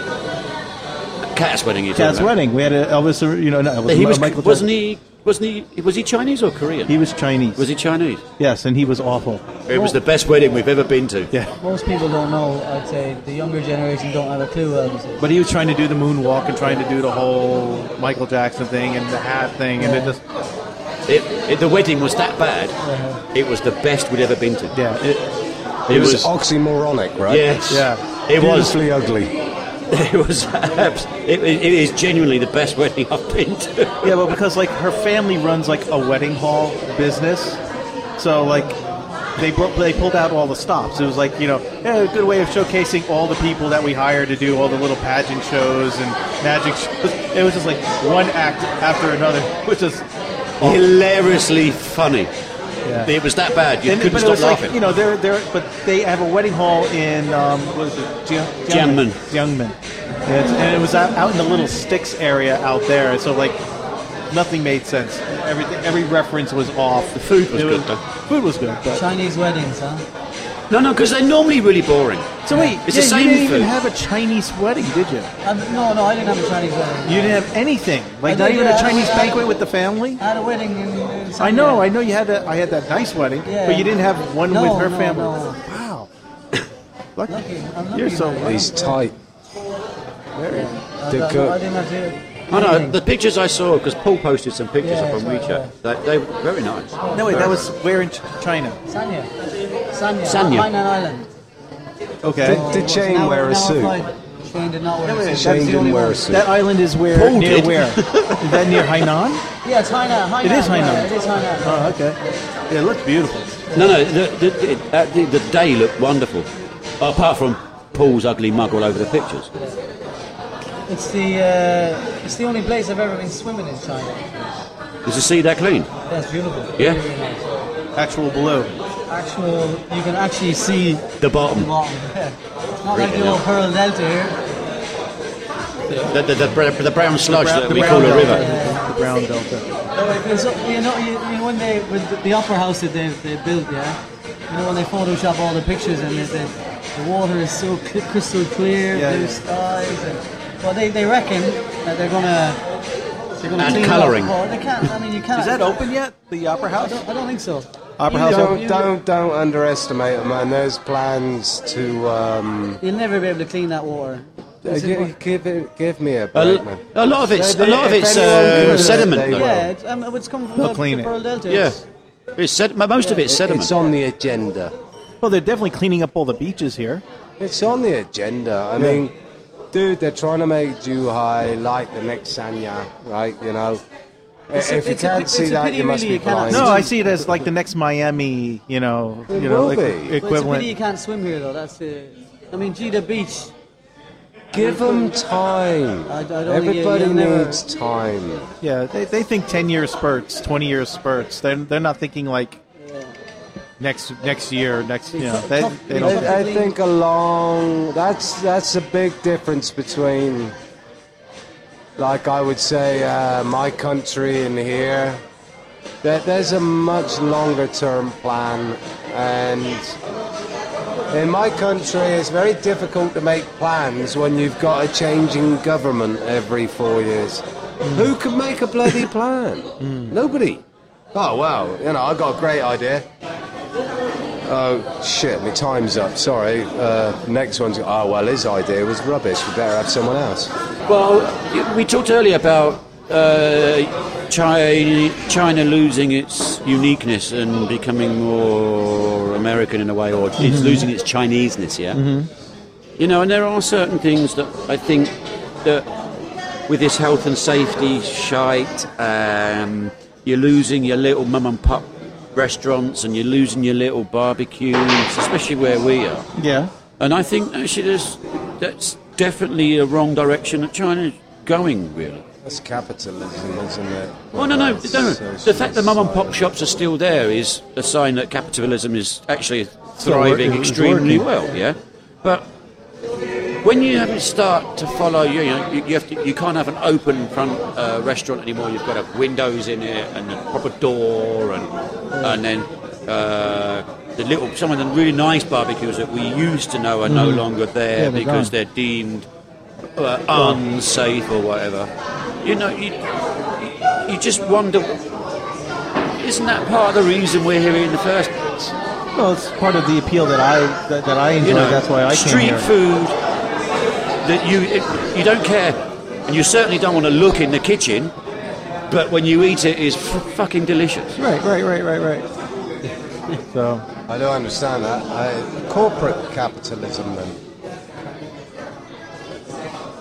Speaker 2: Cat's wedding. You're
Speaker 3: Dad's
Speaker 2: talking about.
Speaker 3: wedding. We had an Elvis, uh, you know, not Elvis,
Speaker 2: He
Speaker 3: Mi-
Speaker 2: was,
Speaker 3: Michael
Speaker 2: wasn't
Speaker 3: Jackson.
Speaker 2: he? Wasn't he? Was he Chinese or Korean?
Speaker 3: He was Chinese.
Speaker 2: was he Chinese?
Speaker 3: Yes, and he was awful.
Speaker 2: It was the best wedding we've ever been to.
Speaker 3: Yeah,
Speaker 5: Most people don't know. I'd say the younger generation don't have a clue who Elvis is.
Speaker 3: but he was trying to do the moonwalk and trying to do the whole Michael Jackson thing and the hat thing, and it just
Speaker 2: It, it, the wedding was that bad. It was the best we'd ever been to.
Speaker 3: yeah, it,
Speaker 2: It
Speaker 1: It's
Speaker 2: was.
Speaker 1: oxymoronic, right?
Speaker 2: Yes.
Speaker 3: Yeah.
Speaker 2: It was.
Speaker 1: Beautifully ugly.
Speaker 2: (laughs) It was. abs- It, it is genuinely the best wedding I've been to.
Speaker 3: Yeah, well, because like her family runs like a wedding hall business, so like they bro- they pulled out all the stops. It was like you know yeah, a good way of showcasing all the people that we hire to do all the little pageant shows and magic shows. It was just like one act after another, which is
Speaker 2: Hilariously funny. It was that bad. You
Speaker 3: and-
Speaker 2: couldn't
Speaker 3: but
Speaker 2: stop
Speaker 3: it was
Speaker 2: laughing.
Speaker 3: like you know they're they're but they have a wedding hall in um, what is it Jiang-
Speaker 2: Jiangmen.
Speaker 3: Jiangmen, and, it's- and it was out, out in the little sticks area out there. So like nothing made sense. Everything every reference was off. The food
Speaker 2: was good, though.
Speaker 3: Food was good, but
Speaker 5: Chinese weddings, huh?
Speaker 2: no, no, because they're normally really boring.
Speaker 3: so wait,
Speaker 2: It's
Speaker 3: yeah,
Speaker 2: the same
Speaker 3: you didn't
Speaker 2: food.
Speaker 3: even have a Chinese wedding, did you?
Speaker 5: Um, no, no, I didn't have a Chinese wedding.
Speaker 3: You didn't have anything, like
Speaker 5: I
Speaker 3: not
Speaker 5: did,
Speaker 3: even
Speaker 5: I-
Speaker 3: a Chinese
Speaker 5: I-
Speaker 3: banquet with the family.
Speaker 5: I had a wedding in. in
Speaker 3: I know,
Speaker 5: Zambia.
Speaker 3: I know you had a, I had that nice wedding,
Speaker 5: Yeah.
Speaker 3: but you didn't have one
Speaker 5: No,
Speaker 3: with her
Speaker 5: no,
Speaker 3: family.
Speaker 5: no.
Speaker 3: Wow, lucky.
Speaker 5: (coughs) Lucky, I'm lucky
Speaker 3: You're so
Speaker 5: now.
Speaker 1: He's tight.
Speaker 5: Uh,
Speaker 1: Dick
Speaker 5: I,
Speaker 1: Cook.
Speaker 5: I didn't have to.
Speaker 2: I know the pictures I saw because Paul posted some pictures
Speaker 5: Mm.
Speaker 2: up
Speaker 5: Yeah,
Speaker 2: on
Speaker 5: that's right,
Speaker 2: WeChat. They, they were very nice.
Speaker 3: No, wait, that was where in Ch- China.
Speaker 5: Sanya. Sanya.
Speaker 2: Sanya.
Speaker 5: Hainan Island.
Speaker 3: Okay.
Speaker 1: Did, did Shane
Speaker 5: Now-
Speaker 1: wear a
Speaker 5: now
Speaker 1: suit?
Speaker 5: applied. Shane did not wear a suit.
Speaker 3: That's
Speaker 1: Shane
Speaker 3: the
Speaker 1: didn't
Speaker 3: only
Speaker 1: wear
Speaker 3: one.
Speaker 1: a suit.
Speaker 3: That island is where
Speaker 2: Paul
Speaker 3: near
Speaker 2: did.
Speaker 3: where? (laughs) is that near Hainan?
Speaker 5: Yeah, it's Hainan. Hainan.
Speaker 3: It is Hainan.
Speaker 5: Yeah, it is Hainan.
Speaker 3: Oh, okay. Yeah, it looks beautiful.
Speaker 2: No, no, the, the, the, uh, the, the day looked wonderful, apart from Paul's ugly mug all over the pictures.
Speaker 5: It's the uh, it's the only place I've ever been swimming in China.
Speaker 2: Is the sea that clean?
Speaker 5: That's beautiful.
Speaker 2: Yeah.
Speaker 5: Really nice.
Speaker 3: Actual blue.
Speaker 5: Actual, you can actually see
Speaker 2: The
Speaker 5: the
Speaker 2: bottom,
Speaker 5: bottom. (laughs) It's not like
Speaker 2: Really
Speaker 5: the old
Speaker 2: nice.
Speaker 5: Pearl Delta here.
Speaker 2: the, the, the, br- the brown sludge
Speaker 3: Bra-
Speaker 2: that we call a
Speaker 3: delta.
Speaker 2: river.
Speaker 3: The brown delta.
Speaker 5: No, it was, you know, you, you know, when they with the, the opera house that they they built, yeah. You know when they Photoshop all the pictures and they, they, the water is so cl- crystal clear,
Speaker 3: Yeah,
Speaker 5: blue
Speaker 3: yeah.
Speaker 5: skies. And, well, they, they reckon that they're gonna they're gonna
Speaker 2: Add
Speaker 5: clean it up.
Speaker 2: colouring.
Speaker 5: Well, they can't. I mean, you can't.
Speaker 3: Is that open yet? The opera
Speaker 5: I
Speaker 3: house.
Speaker 5: don't, I don't think so.
Speaker 3: Opera house
Speaker 1: Don't,
Speaker 3: open.
Speaker 1: don't, don't underestimate them, man. There's plans to. Um,
Speaker 5: You'll never be able to clean that water. Is it-
Speaker 1: give, give, it, give me a
Speaker 2: A,
Speaker 1: break,
Speaker 2: l-
Speaker 1: man.
Speaker 2: a lot of it's
Speaker 1: They-
Speaker 2: a
Speaker 1: they-
Speaker 2: lot of
Speaker 1: if
Speaker 2: it's
Speaker 1: anyone can do
Speaker 2: uh,
Speaker 1: it,
Speaker 2: sediment.
Speaker 1: they
Speaker 2: though.
Speaker 1: will.
Speaker 5: yeah, it's, um, it's coming from
Speaker 3: They'll
Speaker 5: the,
Speaker 3: clean
Speaker 5: the
Speaker 3: it.
Speaker 5: Pearl Delta.
Speaker 2: Yeah,
Speaker 5: It's-
Speaker 2: it's sed- most of it's sediment.
Speaker 1: It's on the agenda.
Speaker 3: Well, they're definitely cleaning up all the beaches here.
Speaker 1: It's on the agenda. I mean, dude, they're trying to make Zhuhai like the next Sanya, right? You know,
Speaker 5: It's a-
Speaker 1: if you
Speaker 5: it's a
Speaker 1: can't
Speaker 5: pi-
Speaker 1: see
Speaker 5: it's a
Speaker 1: that,
Speaker 5: pity
Speaker 1: you must
Speaker 5: really
Speaker 1: be
Speaker 5: you cannot
Speaker 1: blind.
Speaker 3: No, I see it as like the next Miami. You know,
Speaker 1: It
Speaker 3: you know,
Speaker 1: will
Speaker 3: like
Speaker 1: be.
Speaker 5: Well, it's a pity you
Speaker 3: equivalent.
Speaker 5: can't swim here though. That's the. I mean, Gita Beach.
Speaker 1: give them time.
Speaker 5: I- I don't think you-
Speaker 1: Everybody
Speaker 5: you'll never-
Speaker 1: needs time.
Speaker 3: Yeah, they, they think ten year spurts, twenty year spurts. They're they're not thinking like next next year, next. You know, they, they don't.
Speaker 1: I, I think a long that's that's a big difference between like I would say uh, my country and here there, there's a much longer term plan and in my country it's very difficult to make plans when you've got a changing government every four years
Speaker 3: Hmm.
Speaker 1: who can make a bloody plan nobody oh wow you know I've got a great idea Oh, Shit, my time's up. Sorry. Uh, next one's. Oh, well, his idea was rubbish. We better have someone else.
Speaker 2: Well, y- we talked earlier about uh, China, China losing its uniqueness and becoming more American in a way, or
Speaker 1: Mm-hmm.
Speaker 2: it's losing its Chineseness. Yeah, you know, and there are certain things that I think that with this health and safety shite, um, you're losing your little mum and pop restaurants, and you're losing your little barbecues, especially where we are.
Speaker 3: yeah.
Speaker 2: And I think actually there's, that's definitely a wrong direction that China's going, really.
Speaker 1: That's capitalism, isn't it?
Speaker 2: Well, Oh, no, no, no. The fact that mum and pop shops are still there is a sign that capitalism is actually thriving
Speaker 3: working, it's
Speaker 2: extremely
Speaker 3: working.
Speaker 2: well, yeah? But when you have to start to follow, you know, you, you, have to, you can't have an open front uh, restaurant anymore. You've got to have windows in it and a proper door, and and then uh, the little some of the really nice barbecues that we used to know are no longer there
Speaker 3: Mm-hmm. Yeah, they're
Speaker 2: because
Speaker 3: gone.
Speaker 2: they're deemed uh, unsafe or whatever. You know, you, you- you just wonder. Isn't that part of the reason we're here in the first place?
Speaker 3: Well, it's part of the appeal that I that, that I enjoy.
Speaker 2: you know,
Speaker 3: that's why I came
Speaker 2: street
Speaker 3: here.
Speaker 2: food that you it, you don't care, and you certainly don't want to look in the kitchen, but when you eat it, is f- fucking delicious.
Speaker 3: Right, right, right, right, right. So
Speaker 1: I don't understand that. I, corporate capitalism, then.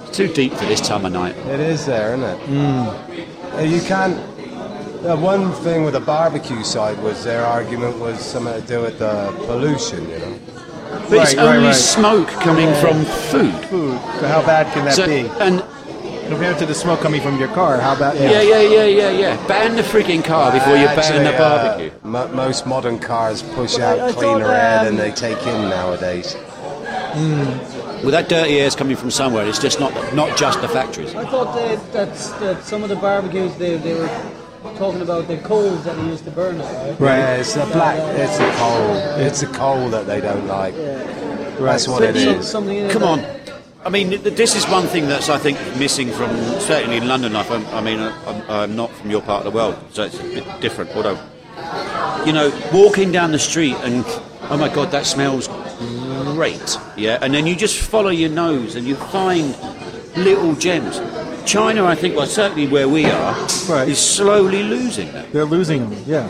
Speaker 2: It's too deep for this time of night.
Speaker 1: It is there, isn't it? Uh, You can't. Uh, one thing with the barbecue side was their argument was something to do with the pollution, you know.
Speaker 2: But it's
Speaker 3: Right, right,
Speaker 2: only
Speaker 3: right.
Speaker 2: smoke coming from food.
Speaker 3: food. So how bad can that
Speaker 2: So,
Speaker 3: be
Speaker 2: and
Speaker 3: compared to the smoke coming from your car? How bad?
Speaker 2: yeah, yeah, yeah, yeah, yeah. Ban the freaking car before you ban
Speaker 1: Actually,
Speaker 2: the
Speaker 1: uh,
Speaker 2: barbecue.
Speaker 1: mo- most modern cars push out
Speaker 5: I- I
Speaker 1: cleaner
Speaker 5: thought,
Speaker 1: air
Speaker 5: um,
Speaker 1: than they take in nowadays.
Speaker 2: Well, that dirty air's coming from somewhere. It's just not not just the factories.
Speaker 5: I thought that that's, that some of the barbecues they, they were talking about the coals that they used to burn it, right?
Speaker 3: Right.
Speaker 1: Yeah, it's the black. It's the coal. It's the coal that they don't like. That's what
Speaker 5: So-
Speaker 1: it
Speaker 5: so-
Speaker 1: is.
Speaker 5: Something in it
Speaker 2: Come
Speaker 5: that-
Speaker 2: on. I mean, th- this is one thing that's, I think, missing from, certainly in London. I, I mean, I'm, I'm not from your part of the world, so it's a bit different. Although, you know, walking down the street and, oh my God, that smells great. Yeah. And then you just follow your nose and you find little gems. China, I think, well, certainly where we are,
Speaker 3: Right.
Speaker 2: is slowly losing that.
Speaker 3: They're losing them. Yeah,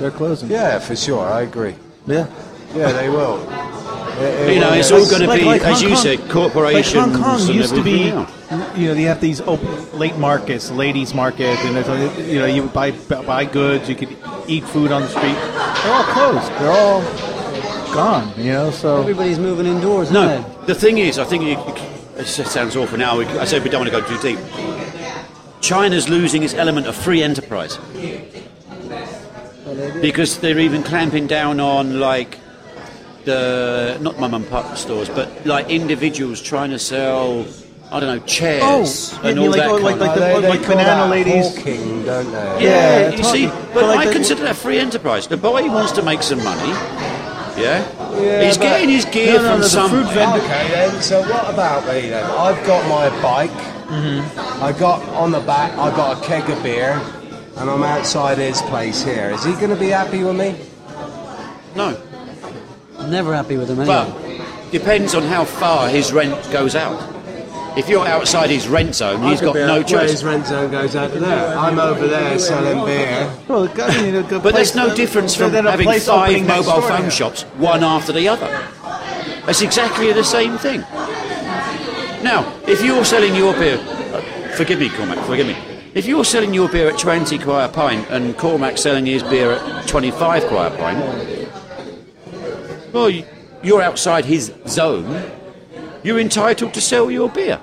Speaker 3: they're closing.
Speaker 1: Yeah, for sure. I agree.
Speaker 3: yeah.
Speaker 1: Yeah, they
Speaker 3: (laughs)
Speaker 1: will. It- it
Speaker 2: You know,
Speaker 1: will
Speaker 2: it's
Speaker 1: get-
Speaker 2: all gonna be, as
Speaker 3: Hong
Speaker 2: you
Speaker 3: Kong-
Speaker 2: said, corporations
Speaker 3: Like Hong Kong
Speaker 2: and
Speaker 3: used to be,
Speaker 2: everything
Speaker 3: you know, they have these open, late markets, ladies' market, and it's like, you know, you would buy buy goods, you could eat food on the street. They're all closed. They're all gone. You know, so
Speaker 5: Everybody's moving indoors,
Speaker 2: No,
Speaker 5: isn't it?
Speaker 2: the thing is, I think you, you- it just sounds awful now. We, I say we don't want to go too deep. China's losing its element of free enterprise because they're even clamping down on like the not mum and pop stores, but like individuals trying to sell. I don't know chairs
Speaker 3: you
Speaker 2: and
Speaker 3: mean
Speaker 2: all
Speaker 3: like-
Speaker 2: that.
Speaker 3: oh,
Speaker 2: kind
Speaker 3: like
Speaker 1: They-
Speaker 3: the-
Speaker 1: they
Speaker 3: like
Speaker 1: call
Speaker 3: banana
Speaker 1: that
Speaker 3: ladies.
Speaker 1: hawking, don't they?
Speaker 2: Yeah,
Speaker 3: Yeah,
Speaker 2: you
Speaker 3: talking-
Speaker 2: see,
Speaker 3: but
Speaker 2: but,
Speaker 3: like
Speaker 2: I
Speaker 3: the-
Speaker 2: consider that free enterprise. The boy wants to make some money. Yeah, he's
Speaker 1: but-
Speaker 2: getting his gear
Speaker 3: No, no,
Speaker 2: from
Speaker 3: there's a
Speaker 2: some.
Speaker 3: food vendor-
Speaker 1: Okay then, so what about me then? I've got my bike,
Speaker 3: Mm-hmm.
Speaker 1: I got on the back, I got a keg of beer, and I'm outside his place here. Is he going to be happy with me?
Speaker 2: no,
Speaker 5: Never happy with them anyway.
Speaker 2: but depends on how far his rent goes out. If you're outside his rent zone, he's got no
Speaker 1: Where
Speaker 2: choice.
Speaker 1: his rent zone goes out to there. I'm over there selling beer.
Speaker 3: well, it got- you know, good
Speaker 2: But there's
Speaker 3: place-
Speaker 2: no difference from
Speaker 3: then a
Speaker 2: having
Speaker 3: place
Speaker 2: five
Speaker 3: opening next
Speaker 2: mobile
Speaker 3: door to
Speaker 2: phone
Speaker 3: him.
Speaker 2: shops, one after the other. It's exactly the same thing. Now, if you're selling your beer, uh, forgive me, Cormac, forgive me. If you're selling your beer at 20 quid a pint and Cormac's selling his beer at 25 quid a pint, well, you- you're outside his zone. You're entitled to sell your beer.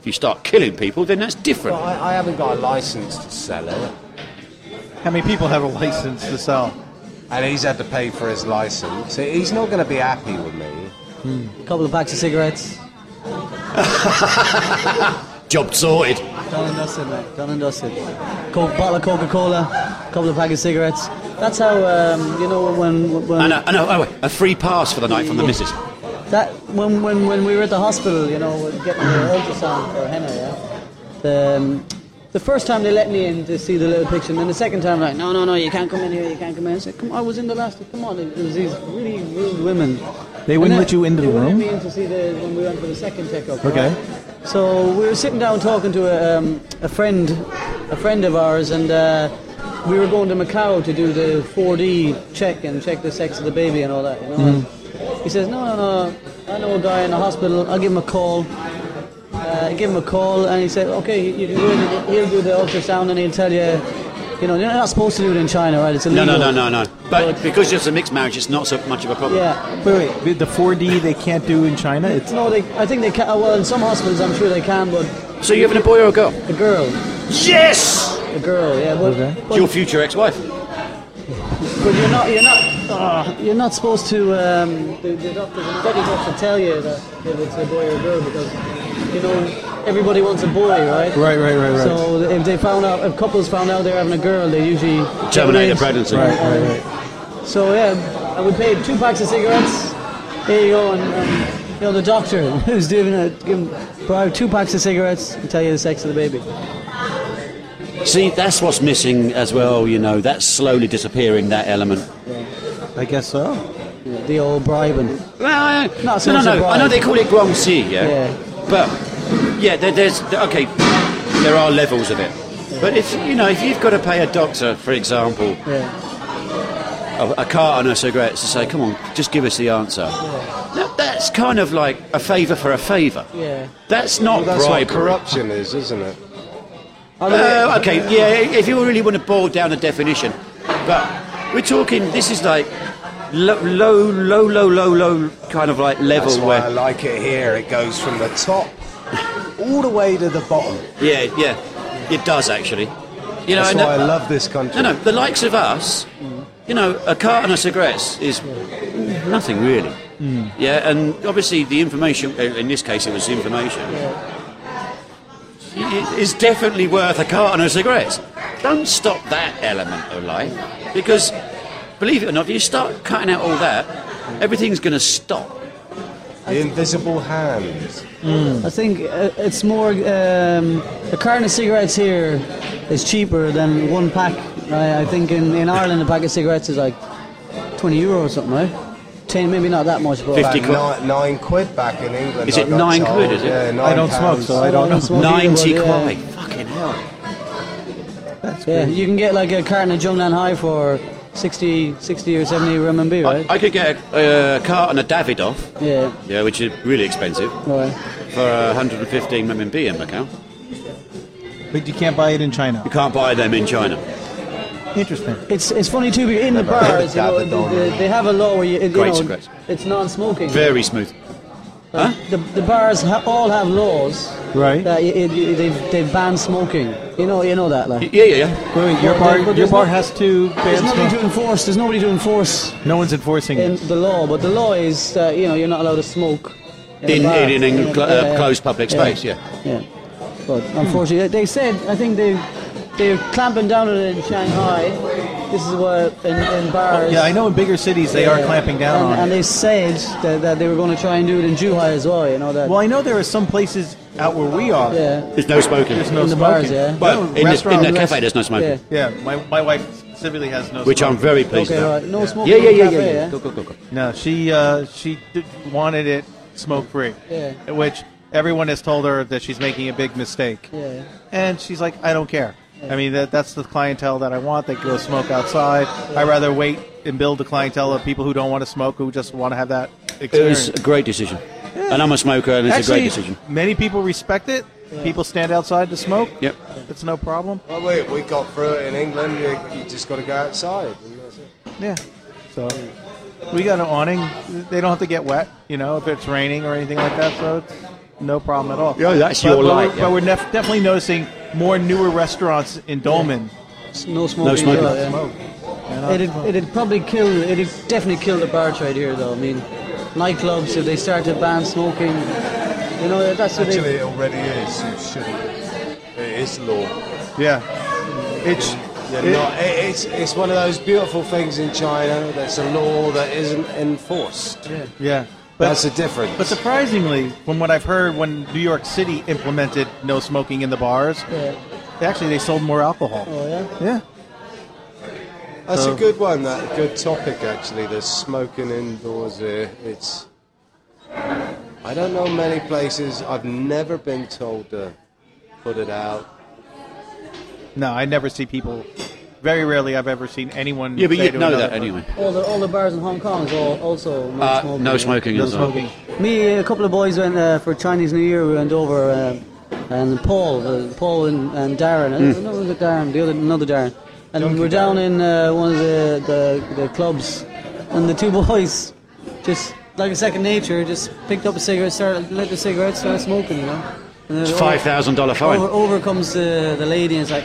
Speaker 2: If you start killing people, then that's different.
Speaker 1: But I, I haven't got a license to sell it.
Speaker 3: How many people have a license to sell?
Speaker 1: And he's had to pay for his license. He- He's not going to be happy with me.
Speaker 5: A couple of packs of cigarettes.
Speaker 2: Job sorted.
Speaker 5: Done and dusted, mate. Done and dusted. Coke, bottle of Coca-Cola, couple of packets of cigarettes. That's how, um, you know, when... when
Speaker 2: And a, and a, oh, wait, a free pass for the night from the missus.
Speaker 5: That when, when when we were at the hospital, you know, getting the ultrasound for Henna, yeah. The, um, the first time they let me in to see the little picture, and then the second time, like, no, no, no, you can't come in here, you can't come in. I said, come on, I was in the last. Come on, it was these really rude women.
Speaker 3: They
Speaker 5: And
Speaker 3: wouldn't
Speaker 5: then-
Speaker 3: let you into
Speaker 5: they
Speaker 3: the
Speaker 5: wouldn't
Speaker 3: room?
Speaker 5: Let me in to see the when we went for the second checkup.
Speaker 3: Okay.
Speaker 5: right? So we were sitting down talking to a, um, a friend, a friend of ours, and. Uh, we were going to Macau to do the 4D check and check the sex of the baby and all that, you know. and- he says, no, no, no, I know a guy in the hospital. I'll give him a call. Uh, I give him a call, and he said, okay, you can go in. and He'll do the ultrasound, and he'll tell you. You know, you're not supposed to do it in China, right? It's
Speaker 2: No,
Speaker 5: illegal.
Speaker 2: no, no, no, no. But because it's a mixed marriage, it's not so much of a problem.
Speaker 5: Yeah.
Speaker 3: Wait, wait. The 4D they can't do in China. It's
Speaker 5: No, they, I think they can. Well, in some hospitals, I'm sure they can, but
Speaker 2: So you're having a boy or a girl?
Speaker 5: a girl,
Speaker 2: Yes!
Speaker 5: a girl, yeah. But,
Speaker 3: Okay.
Speaker 5: but,
Speaker 2: Your future ex-wife.
Speaker 5: but you're not, you're not, ah, you're not supposed to. Um, the, the doctors, the doctors have to tell you that if it's a boy or a girl because, you know, everybody wants a boy, right?
Speaker 3: right, right, right, right.
Speaker 5: So if they found out, if couples found out they're having a girl, they usually
Speaker 2: Terminate the
Speaker 5: terminate.
Speaker 2: pregnancy.
Speaker 3: right, right, right.
Speaker 5: So yeah, and we paid two packs of cigarettes. There you go, and, and you know the doctor (laughs) who's doing it, give him bribe two packs of cigarettes and tell you the sex of the baby.
Speaker 2: See, that's what's missing as well, you know. That's slowly disappearing, that element.
Speaker 3: I guess so.
Speaker 5: The old bribing.
Speaker 2: Well, I-
Speaker 5: Not so
Speaker 2: no,
Speaker 5: much
Speaker 2: no,
Speaker 5: a
Speaker 2: no.
Speaker 5: bribe.
Speaker 2: I know they call it Guangxi, yeah?
Speaker 5: Yeah.
Speaker 2: But, yeah, there, there's... Okay, there are levels of it. But if, you know, if you've got to pay a doctor, for example,
Speaker 5: Yeah.
Speaker 2: a, a carton of cigarettes to say, come on, just give us the answer. Now, that's kind of like a favour for a favour.
Speaker 5: Yeah.
Speaker 2: That's not
Speaker 1: Well, that's what
Speaker 2: bribery.
Speaker 1: corruption is, isn't it?
Speaker 5: I mean,
Speaker 2: Uh, okay, yeah, if you really want to boil down the definition. But we're talking, this is like low, low, low, low, low, low kind of like level
Speaker 1: That's why I
Speaker 2: where.
Speaker 1: like it here. It goes from the top all the way to the bottom.
Speaker 2: Yeah, yeah, it does actually. You know,
Speaker 1: That's
Speaker 2: and
Speaker 1: why I
Speaker 2: the-
Speaker 1: love this country.
Speaker 2: no, no, the likes of us, you know, a carton of cigarettes is nothing really.
Speaker 1: Hmm.
Speaker 2: Yeah, and obviously the information, uh, in this case it was information, i- is definitely worth a carton of cigarettes. Don't stop that element of life because, believe it or not, if you start cutting out all that, everything's going to stop.
Speaker 1: The invisible hand.
Speaker 5: I think uh, it's more um, a carton of cigarettes here is cheaper than one pack. I, I think in, in Ireland a pack of cigarettes is like twenty euro or something, right? ten, maybe not that much, but
Speaker 2: 50
Speaker 1: About nine, nine quid back in England.
Speaker 2: Is it
Speaker 1: I got
Speaker 2: nine quid,
Speaker 1: told.
Speaker 2: is it?
Speaker 1: Yeah, nine
Speaker 3: I don't smoke,
Speaker 1: pounds.
Speaker 3: so I don't know.
Speaker 5: Well,
Speaker 2: Ninety
Speaker 5: yeah.
Speaker 2: quid. Fucking hell.
Speaker 5: yeah, you can get like a carton of Jungland High for 60, 60 or seventy RMB, right?
Speaker 2: I, I could get a, a cart and a Davidoff,
Speaker 5: yeah,
Speaker 2: yeah, which is really expensive,
Speaker 5: right.
Speaker 2: for uh, 115 RMB in Macau.
Speaker 3: But you can't buy it in China.
Speaker 2: You can't buy them in China.
Speaker 3: Interesting.
Speaker 5: It's it's funny too because in the
Speaker 1: Never heard
Speaker 5: bars,
Speaker 1: of
Speaker 5: you know,
Speaker 1: Davidoff.
Speaker 5: they, they- they have a law where you, you
Speaker 2: Great,
Speaker 5: know,
Speaker 2: great.
Speaker 5: it's non-smoking.
Speaker 2: Very smooth. Huh?
Speaker 5: The, the bars ha- all have laws
Speaker 3: Right.
Speaker 5: that Uh, y y- y- they they ban smoking. You know, you know that like.
Speaker 2: Y- Yeah, yeah, yeah.
Speaker 3: Wait, wait, your
Speaker 5: Well,
Speaker 3: bar,
Speaker 5: there- but
Speaker 3: your
Speaker 5: there's
Speaker 3: bar
Speaker 5: no-
Speaker 3: has to
Speaker 5: There's
Speaker 3: ban
Speaker 5: nothing
Speaker 3: smoke.
Speaker 5: to enforce. There's nobody to enforce
Speaker 3: No one's enforcing
Speaker 5: in
Speaker 3: it.
Speaker 5: the law, but the law is that you know you're not allowed to smoke
Speaker 2: In-
Speaker 5: a bar.
Speaker 2: in- in an
Speaker 5: a-
Speaker 2: clo- uh, closed public space, yeah.
Speaker 5: yeah. But unfortunately, they said I think they they're clamping down on it in Shanghai. This is what in, in bars.
Speaker 3: Yeah, I know in bigger cities they are
Speaker 5: Yeah.
Speaker 3: clamping down
Speaker 5: and,
Speaker 3: on
Speaker 5: and
Speaker 3: it.
Speaker 5: they said that, that they were going to try and do it in Zhuhai as well. You know that.
Speaker 3: Well, I know there are some places out where we are.
Speaker 5: yeah.
Speaker 2: There's no smoking.
Speaker 3: There's no
Speaker 5: In the
Speaker 3: smoking.
Speaker 5: bars, yeah.
Speaker 2: Well,
Speaker 3: No,
Speaker 2: in, the, in
Speaker 3: restaurant-
Speaker 2: the cafe, there's no smoking,
Speaker 5: Yeah.
Speaker 3: Yeah, my, my wife specifically has no.
Speaker 2: which I'm
Speaker 3: smoking.
Speaker 2: very pleased
Speaker 5: Okay.
Speaker 2: about.
Speaker 5: Right. No smoking.
Speaker 2: Yeah, yeah,
Speaker 5: in
Speaker 2: yeah,
Speaker 5: cafe,
Speaker 2: yeah, yeah.
Speaker 5: yeah.
Speaker 2: Go, go, go, go.
Speaker 3: No, she uh, she did, wanted it smoke free.
Speaker 5: Yeah.
Speaker 3: Which everyone has told her that she's making a big mistake.
Speaker 5: Yeah.
Speaker 3: And she's like, I don't care. I mean, that that's the clientele that I want. They go smoke outside. I'd rather wait and build a clientele of people who don't want to smoke, who just want to have that
Speaker 2: It was
Speaker 3: experience.
Speaker 2: a great decision. And I'm a smoker, and it's a great decision.
Speaker 3: many people respect it. People stand outside to smoke.
Speaker 2: Yep.
Speaker 3: It's no problem.
Speaker 1: Well, we, we got through it in England. You, you just got to go outside. And that's it.
Speaker 3: Yeah. So we got an awning. They don't have to get wet, you know, if it's raining or anything like that. So it's no problem at all.
Speaker 2: Yeah, that's
Speaker 3: but,
Speaker 2: your
Speaker 3: but
Speaker 2: light,
Speaker 3: We're,
Speaker 2: yeah.
Speaker 3: But we're nef- definitely noticing more newer restaurants in Dolman.
Speaker 5: No smoking.
Speaker 2: No smoking.
Speaker 5: as well, yeah.
Speaker 3: Smoke.
Speaker 5: It'd, it'd probably kill. It'd definitely kill the bar trade here, though. I mean, nightclubs if they start to ban smoking, you know that's what
Speaker 1: Actually,
Speaker 5: they.
Speaker 1: it already is. You shouldn't. It is law.
Speaker 3: Yeah. It's
Speaker 1: You're
Speaker 3: it-
Speaker 1: not- it- it's, it's one of those beautiful things in China that's a law that isn't enforced.
Speaker 3: yeah.
Speaker 1: that's the difference.
Speaker 3: But surprisingly, from what I've heard, when New York City implemented no smoking in the bars,
Speaker 5: Yeah.
Speaker 3: actually they sold more alcohol.
Speaker 5: Oh yeah.
Speaker 3: Yeah.
Speaker 1: That's
Speaker 3: um,
Speaker 1: a good one. That good topic actually. The smoking indoors here. It's. I don't know many places. I've never been told to put it out.
Speaker 3: No, I never see people. Very rarely I've ever seen anyone.
Speaker 2: Yeah, but
Speaker 3: say
Speaker 2: you'd
Speaker 3: to
Speaker 2: know
Speaker 3: another
Speaker 2: that
Speaker 3: person-
Speaker 2: anyway.
Speaker 5: All the all the bars in Hong Kong is all, also no
Speaker 2: Uh,
Speaker 5: smoking.
Speaker 2: no smoking.
Speaker 3: No
Speaker 2: as well.
Speaker 3: smoking.
Speaker 5: Me, a couple of boys went uh, for Chinese New Year. We went over, uh, and Paul, uh, Paul and, and Darren. Uh, no, was it Darren? The other, another Darren. And we were down in uh, one of the, the the clubs, and the two (laughs) boys just like a second nature, just picked up a cigarette, started lit the cigarette, started smoking. You know. And then
Speaker 2: It's $5,000
Speaker 3: Oh,
Speaker 2: fine.
Speaker 5: Over, over comes the, the lady and it's like,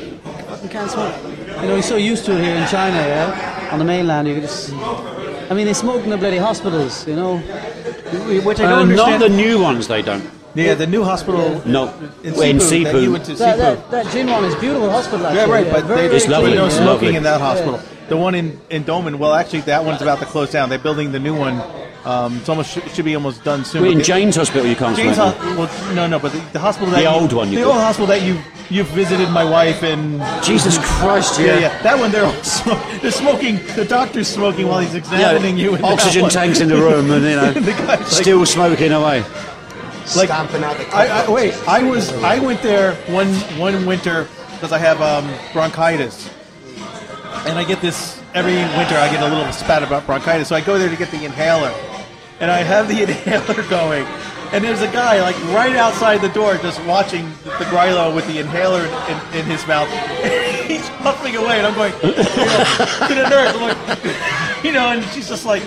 Speaker 5: you can't smoke. You know, you're so used to it here in China, yeah? On the mainland, you just. I mean, they smoke in the bloody hospitals, you know?
Speaker 3: Which I
Speaker 2: Uh,
Speaker 3: don't
Speaker 2: not
Speaker 3: understand.
Speaker 2: the new ones, they don't.
Speaker 3: yeah, the new hospital
Speaker 2: No.
Speaker 3: in
Speaker 2: Well, in
Speaker 3: Cebu, that you
Speaker 2: Cebu.
Speaker 3: went to
Speaker 5: That,
Speaker 3: Cebu.
Speaker 5: that, that gin one is beautiful hospital, actually.
Speaker 3: yeah, right. But
Speaker 5: very,
Speaker 3: they,
Speaker 5: very
Speaker 2: It's lovely,
Speaker 3: there's no
Speaker 2: yeah.
Speaker 5: clean,
Speaker 3: smoking
Speaker 2: lovely.
Speaker 3: in that hospital. The one in in Doman. Well, actually, that one's about to close down. They're building the new one. Um, it's almost should, should be almost done soon.
Speaker 2: Well,
Speaker 3: But
Speaker 2: in
Speaker 3: the-
Speaker 2: Jane's Hospital, you can't
Speaker 3: James,
Speaker 2: smoke.
Speaker 3: Ho- well, no, no, but the, the hospital that
Speaker 2: The
Speaker 3: you-
Speaker 2: old one you
Speaker 3: the
Speaker 2: go-
Speaker 3: old hospital that you you've visited my wife and
Speaker 2: Jesus Christ,
Speaker 3: yeah,
Speaker 2: yeah.
Speaker 3: yeah, that one they're all (laughs) smoke, they're smoking. The doctor's smoking while he's
Speaker 2: Yeah,
Speaker 3: examining you. in that
Speaker 2: oxygen
Speaker 3: one.
Speaker 2: tanks in the room, and you
Speaker 3: (laughs)
Speaker 2: know,
Speaker 3: The guy's like-
Speaker 2: still smoking away.
Speaker 3: Like-
Speaker 1: Stamping out the.
Speaker 3: I, I, wait, I was I went there one one winter because I have um, bronchitis, and I get this every winter. I get a little spat about bronchitis, so I go there to get the inhaler, and I have the (laughs) inhaler going, and there's a guy like right outside the door just watching the, the Grilo with the inhaler in, in his mouth. (laughs) He's puffing away, and I'm going you know, to the nurse. I'm like, (laughs) you know, and she's just like.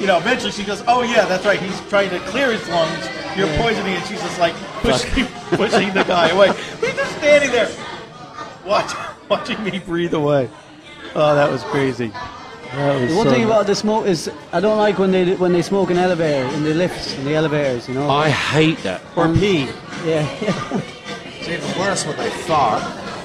Speaker 3: You know, eventually she goes, "Oh yeah, that's right. He's trying to clear his lungs. You're poisoning," and she's just like pushing, (laughs) pushing the guy away. He's just standing there, watch, (laughs) watching me breathe away. Oh, that was crazy. That was
Speaker 5: The one
Speaker 3: so
Speaker 5: thing about the smoke is, I don't like when they when they smoke in elevators, in the lifts, in the elevators, you know?
Speaker 2: I hate that.
Speaker 3: or pee.
Speaker 5: yeah.
Speaker 1: It's even worse when they fart.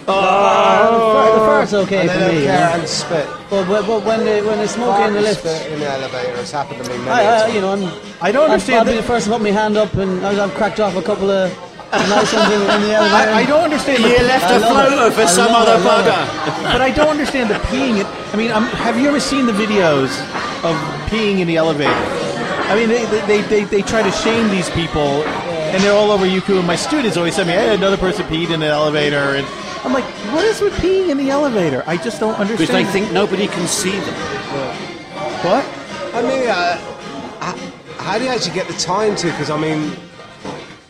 Speaker 5: the fart's okay
Speaker 1: And
Speaker 5: for
Speaker 1: they don't
Speaker 5: me. you
Speaker 1: care
Speaker 5: know?
Speaker 1: and spit.
Speaker 5: But, but, but when they when they smoke
Speaker 1: Fart
Speaker 5: in the
Speaker 1: and
Speaker 5: lift,
Speaker 1: spit in the elevator. It's happened to me many
Speaker 5: I, I,
Speaker 1: times.
Speaker 5: you know, I'm
Speaker 3: I don't
Speaker 5: I'll
Speaker 3: understand.
Speaker 5: be the
Speaker 3: The,
Speaker 5: first to put my hand up, and I've I've cracked off a couple of nice ones in, in the
Speaker 3: (laughs)
Speaker 5: elevator.
Speaker 3: I, I don't understand. The,
Speaker 2: You left a
Speaker 5: I love it.
Speaker 2: photo
Speaker 5: I
Speaker 2: for some
Speaker 5: love it.
Speaker 2: other
Speaker 5: I love
Speaker 2: bugger.
Speaker 3: but I don't understand the peeing. I mean, i have you ever seen the videos of peeing in the elevator? I mean, they, they, they, they, they try to shame these people, and they're all over Yuku. And my students always send me, hey, another person peed in an elevator. And I'm like, what is with peeing in the elevator? I just don't understand.
Speaker 2: Because they think nobody can see them.
Speaker 3: What?
Speaker 1: I mean, uh, h- how do you actually get the time to? Because I mean,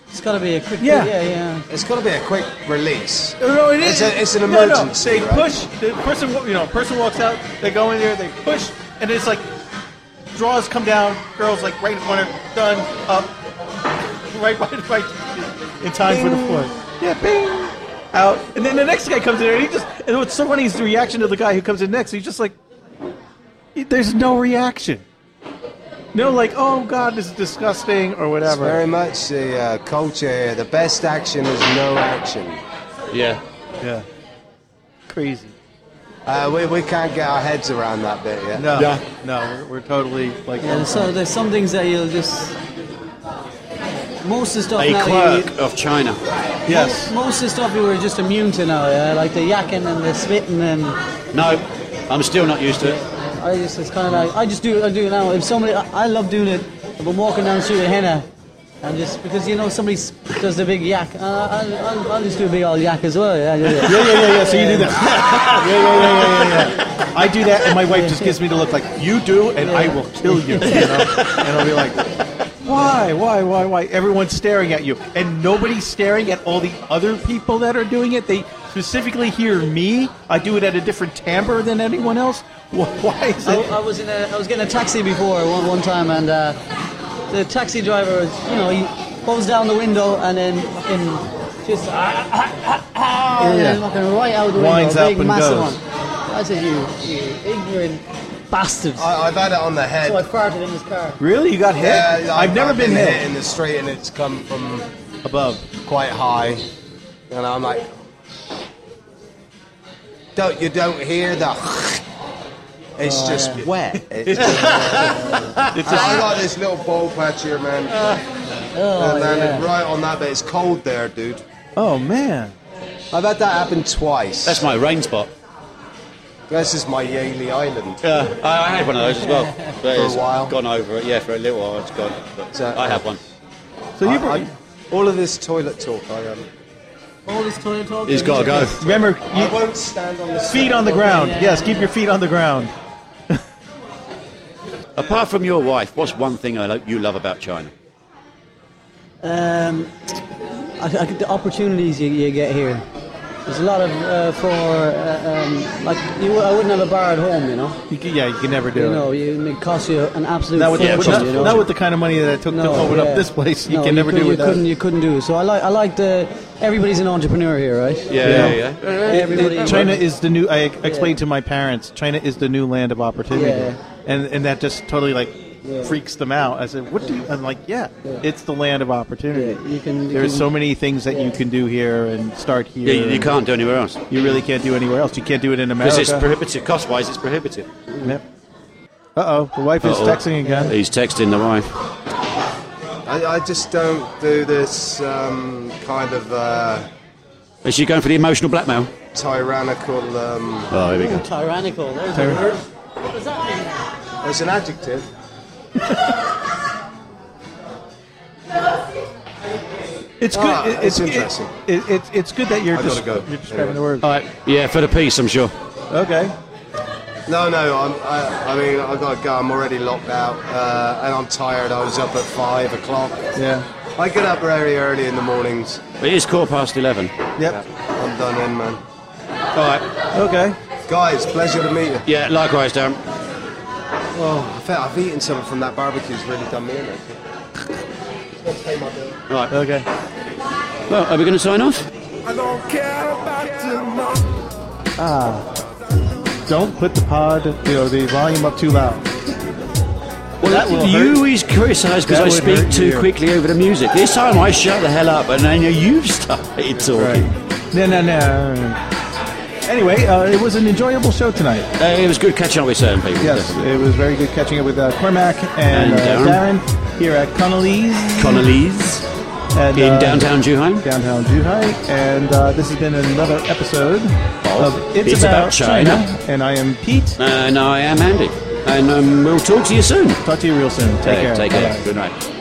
Speaker 5: It's got to be a quick.
Speaker 3: Yeah.
Speaker 5: yeah, yeah.
Speaker 1: it's got to be a quick release.
Speaker 3: No, no, it is.
Speaker 1: It's a- it's an
Speaker 3: No, no.
Speaker 1: emergency,
Speaker 3: They
Speaker 1: right?
Speaker 3: push. The person, wa- you know, person walks out. They go in there. They push, and it's like draws come down. Girls like right in the corner, done up, (laughs) right, right, right, in time for the floor. Yeah, bing, out, and then the next guy comes in there, and he just. And what's so funny is the reaction of the guy who comes in next. He's just like, there's no reaction. No, like, oh god, this is disgusting or
Speaker 1: It's
Speaker 3: whatever.
Speaker 1: very much the uh, culture here. The best action is no action.
Speaker 2: Yeah.
Speaker 3: Yeah, crazy.
Speaker 1: Uh, we, we can't get our heads around that bit yet.
Speaker 3: No,
Speaker 2: Yeah.
Speaker 3: no, we're, we're totally like.
Speaker 5: Yeah, so there's some things that you'll just. Most of the stuff
Speaker 2: A
Speaker 5: now you-
Speaker 2: clerk of China.
Speaker 3: Yes.
Speaker 5: Most of the stuff we were just immune to now, yeah? like the yakking and the spitting, and
Speaker 2: No, I'm still not used to it.
Speaker 5: I just it's kind of like I just do I do it now. If somebody, I, I love doing it. If I'm walking down the street with henna, and just because you know somebody s- does the big yak, uh, I'll, I'll, I'll just do a big old yak as well. Yeah, yeah,
Speaker 3: Yeah,
Speaker 5: yeah.
Speaker 3: yeah, yeah, yeah. So you do that. (laughs) yeah, yeah, yeah, yeah, yeah, yeah. I do that, and my wife just gives me the look like, "You do, and I will kill you." you know? And I'll be like, "Why? Why? Why? Why?" Everyone's staring at you, and nobody's staring at all the other people that are doing it. They specifically hear me. I do it at a different timbre than anyone else. (laughs) Wh- Why is
Speaker 5: I,
Speaker 1: Oh.
Speaker 3: it?
Speaker 5: I was in a I was getting a taxi before one one time, and uh, the taxi driver, was, you know, he pulls down the window and then fucking just (coughs) ah, ah, ah, ah, and then
Speaker 3: Yeah.
Speaker 5: fucking right out the
Speaker 3: Winds
Speaker 5: window,
Speaker 3: up
Speaker 5: big
Speaker 3: and
Speaker 5: massive
Speaker 3: goes.
Speaker 5: one. I said, you, you ignorant bastards.
Speaker 1: I, I've had it on the head.
Speaker 5: So I farted in his car.
Speaker 3: Really? You got hit?
Speaker 1: Yeah,
Speaker 3: I've never been
Speaker 1: hit
Speaker 3: hit
Speaker 1: in the street, and it's come from
Speaker 3: above.
Speaker 1: quite high, and I'm like, don't you don't hear the? (laughs) It's just wet.
Speaker 3: (laughs)
Speaker 1: It's just,
Speaker 3: Oh, It's just,
Speaker 1: I got this little bald patch here, man.
Speaker 5: Oh,
Speaker 1: and then
Speaker 5: yeah.
Speaker 1: it- right on that bit, it's cold there, dude.
Speaker 3: oh man.
Speaker 1: I've had that happen twice.
Speaker 2: That's my rain spot.
Speaker 1: this is my Yaley Island.
Speaker 2: Yeah, I I had one of those as well. But
Speaker 1: For a
Speaker 2: it's
Speaker 1: while.
Speaker 2: Gone over it, yeah, for a little while it's gone. But
Speaker 1: So-
Speaker 2: I have one.
Speaker 3: So you.
Speaker 1: I- I- all of this toilet talk, I um, am.
Speaker 5: All this toilet talk.
Speaker 2: He's got to go.
Speaker 3: Remember, you,
Speaker 1: I won't stand on the
Speaker 3: feet on the ground. Yes, keep your feet on the ground.
Speaker 2: Apart from your wife, what's one thing I lo- you love about China?
Speaker 5: Um, I, I, think the opportunities you, you get here. There's a lot of uh, for uh, um, like you. I wouldn't have a bar at home, you know.
Speaker 3: You can, yeah, you can never do
Speaker 5: You
Speaker 3: it.
Speaker 5: know, you, it costs you an absolute
Speaker 3: Not with,
Speaker 5: fortune.
Speaker 3: the, not,
Speaker 5: you know?
Speaker 3: not with the kind of money that it took to open
Speaker 5: yeah.
Speaker 3: up this place. You
Speaker 5: No,
Speaker 3: can never
Speaker 5: could-
Speaker 3: do
Speaker 5: you
Speaker 3: it.
Speaker 5: couldn't. You couldn't do. So I like. I like the. Everybody's an entrepreneur here, right?
Speaker 2: Yeah,
Speaker 3: Yeah.
Speaker 2: yeah, yeah.
Speaker 5: Everybody.
Speaker 3: China is the new. I explained to my parents, China is the new land of opportunity,
Speaker 5: Yeah.
Speaker 3: and and that just totally like freaks them out. I said, "What do you?" I'm like, "Yeah, it's the land of opportunity.
Speaker 5: Yeah, you can- you
Speaker 3: There's
Speaker 5: can-
Speaker 3: so many things that you can do here and start here.
Speaker 2: Yeah, you, you can't do anywhere else.
Speaker 3: You really can't do anywhere else. You can't do it in
Speaker 2: Because
Speaker 3: America.
Speaker 2: it's prohibitive. Cost wise, it's prohibitive.
Speaker 3: yep. Uh oh, the wife is
Speaker 2: Uh-oh.
Speaker 3: texting again.
Speaker 2: He's texting the wife.
Speaker 1: I, I just don't do this um, kind of uh,
Speaker 2: Is she going for the emotional blackmail?
Speaker 1: tyrannical. Um,
Speaker 2: Oh, here we go.
Speaker 5: Tyrannical. There's
Speaker 3: Tyra-
Speaker 5: a word. What does that mean?
Speaker 1: It's an adjective.
Speaker 3: It's good.
Speaker 1: Ah,
Speaker 3: it- it's
Speaker 1: it's interesting.
Speaker 3: It, it, it's- it's good that you're
Speaker 1: I
Speaker 3: just
Speaker 1: gotta go.
Speaker 3: you're describing
Speaker 1: Anyway.
Speaker 3: the words.
Speaker 2: All right, yeah, for the peace, I'm sure.
Speaker 3: Okay.
Speaker 1: No, no. I'm, I, I mean, I got to go. I'm already locked out, uh, and I'm tired. I was up at five o'clock.
Speaker 3: Yeah.
Speaker 1: I get up very early in the mornings.
Speaker 2: It is quarter past 11.
Speaker 1: Yeah, I'm done in, man.
Speaker 2: All right,
Speaker 3: Okay.
Speaker 1: Guys, pleasure to meet you.
Speaker 2: yeah, likewise, Darren.
Speaker 1: Oh, I felt I've eaten something from that barbecue's really done me in. actually.
Speaker 2: All right,
Speaker 3: Okay.
Speaker 2: well, are we going to sign off?
Speaker 3: Don't put the pod, you know, the volume up too loud.
Speaker 2: Well,
Speaker 3: that will
Speaker 2: you
Speaker 3: hurt.
Speaker 2: always criticise because
Speaker 3: That
Speaker 2: I
Speaker 3: would
Speaker 2: speak
Speaker 3: hurt
Speaker 2: too
Speaker 3: you.
Speaker 2: quickly over the music. This time I shut the hell up and then you've started talking.
Speaker 3: No, no, no. Anyway, uh, it was an enjoyable show tonight.
Speaker 2: Uh, it was good catching up with certain people.
Speaker 3: Yes,
Speaker 2: definitely.
Speaker 3: it was very good catching up with uh, Cormac and,
Speaker 2: And um,
Speaker 3: uh, Darren here at Connolly's
Speaker 2: Connolly's
Speaker 3: and,
Speaker 2: in
Speaker 3: uh,
Speaker 2: downtown Juheim.
Speaker 3: Downtown Zhuhai, and uh, this has been another episode of It's,
Speaker 2: It's About China.
Speaker 3: And I am Pete.
Speaker 2: And I am Andy.
Speaker 3: And,
Speaker 2: and um, we'll talk to you soon.
Speaker 3: Talk to you real soon. Take
Speaker 2: Okay,
Speaker 3: care.
Speaker 2: Take
Speaker 3: Bye-bye.
Speaker 2: care. Good night.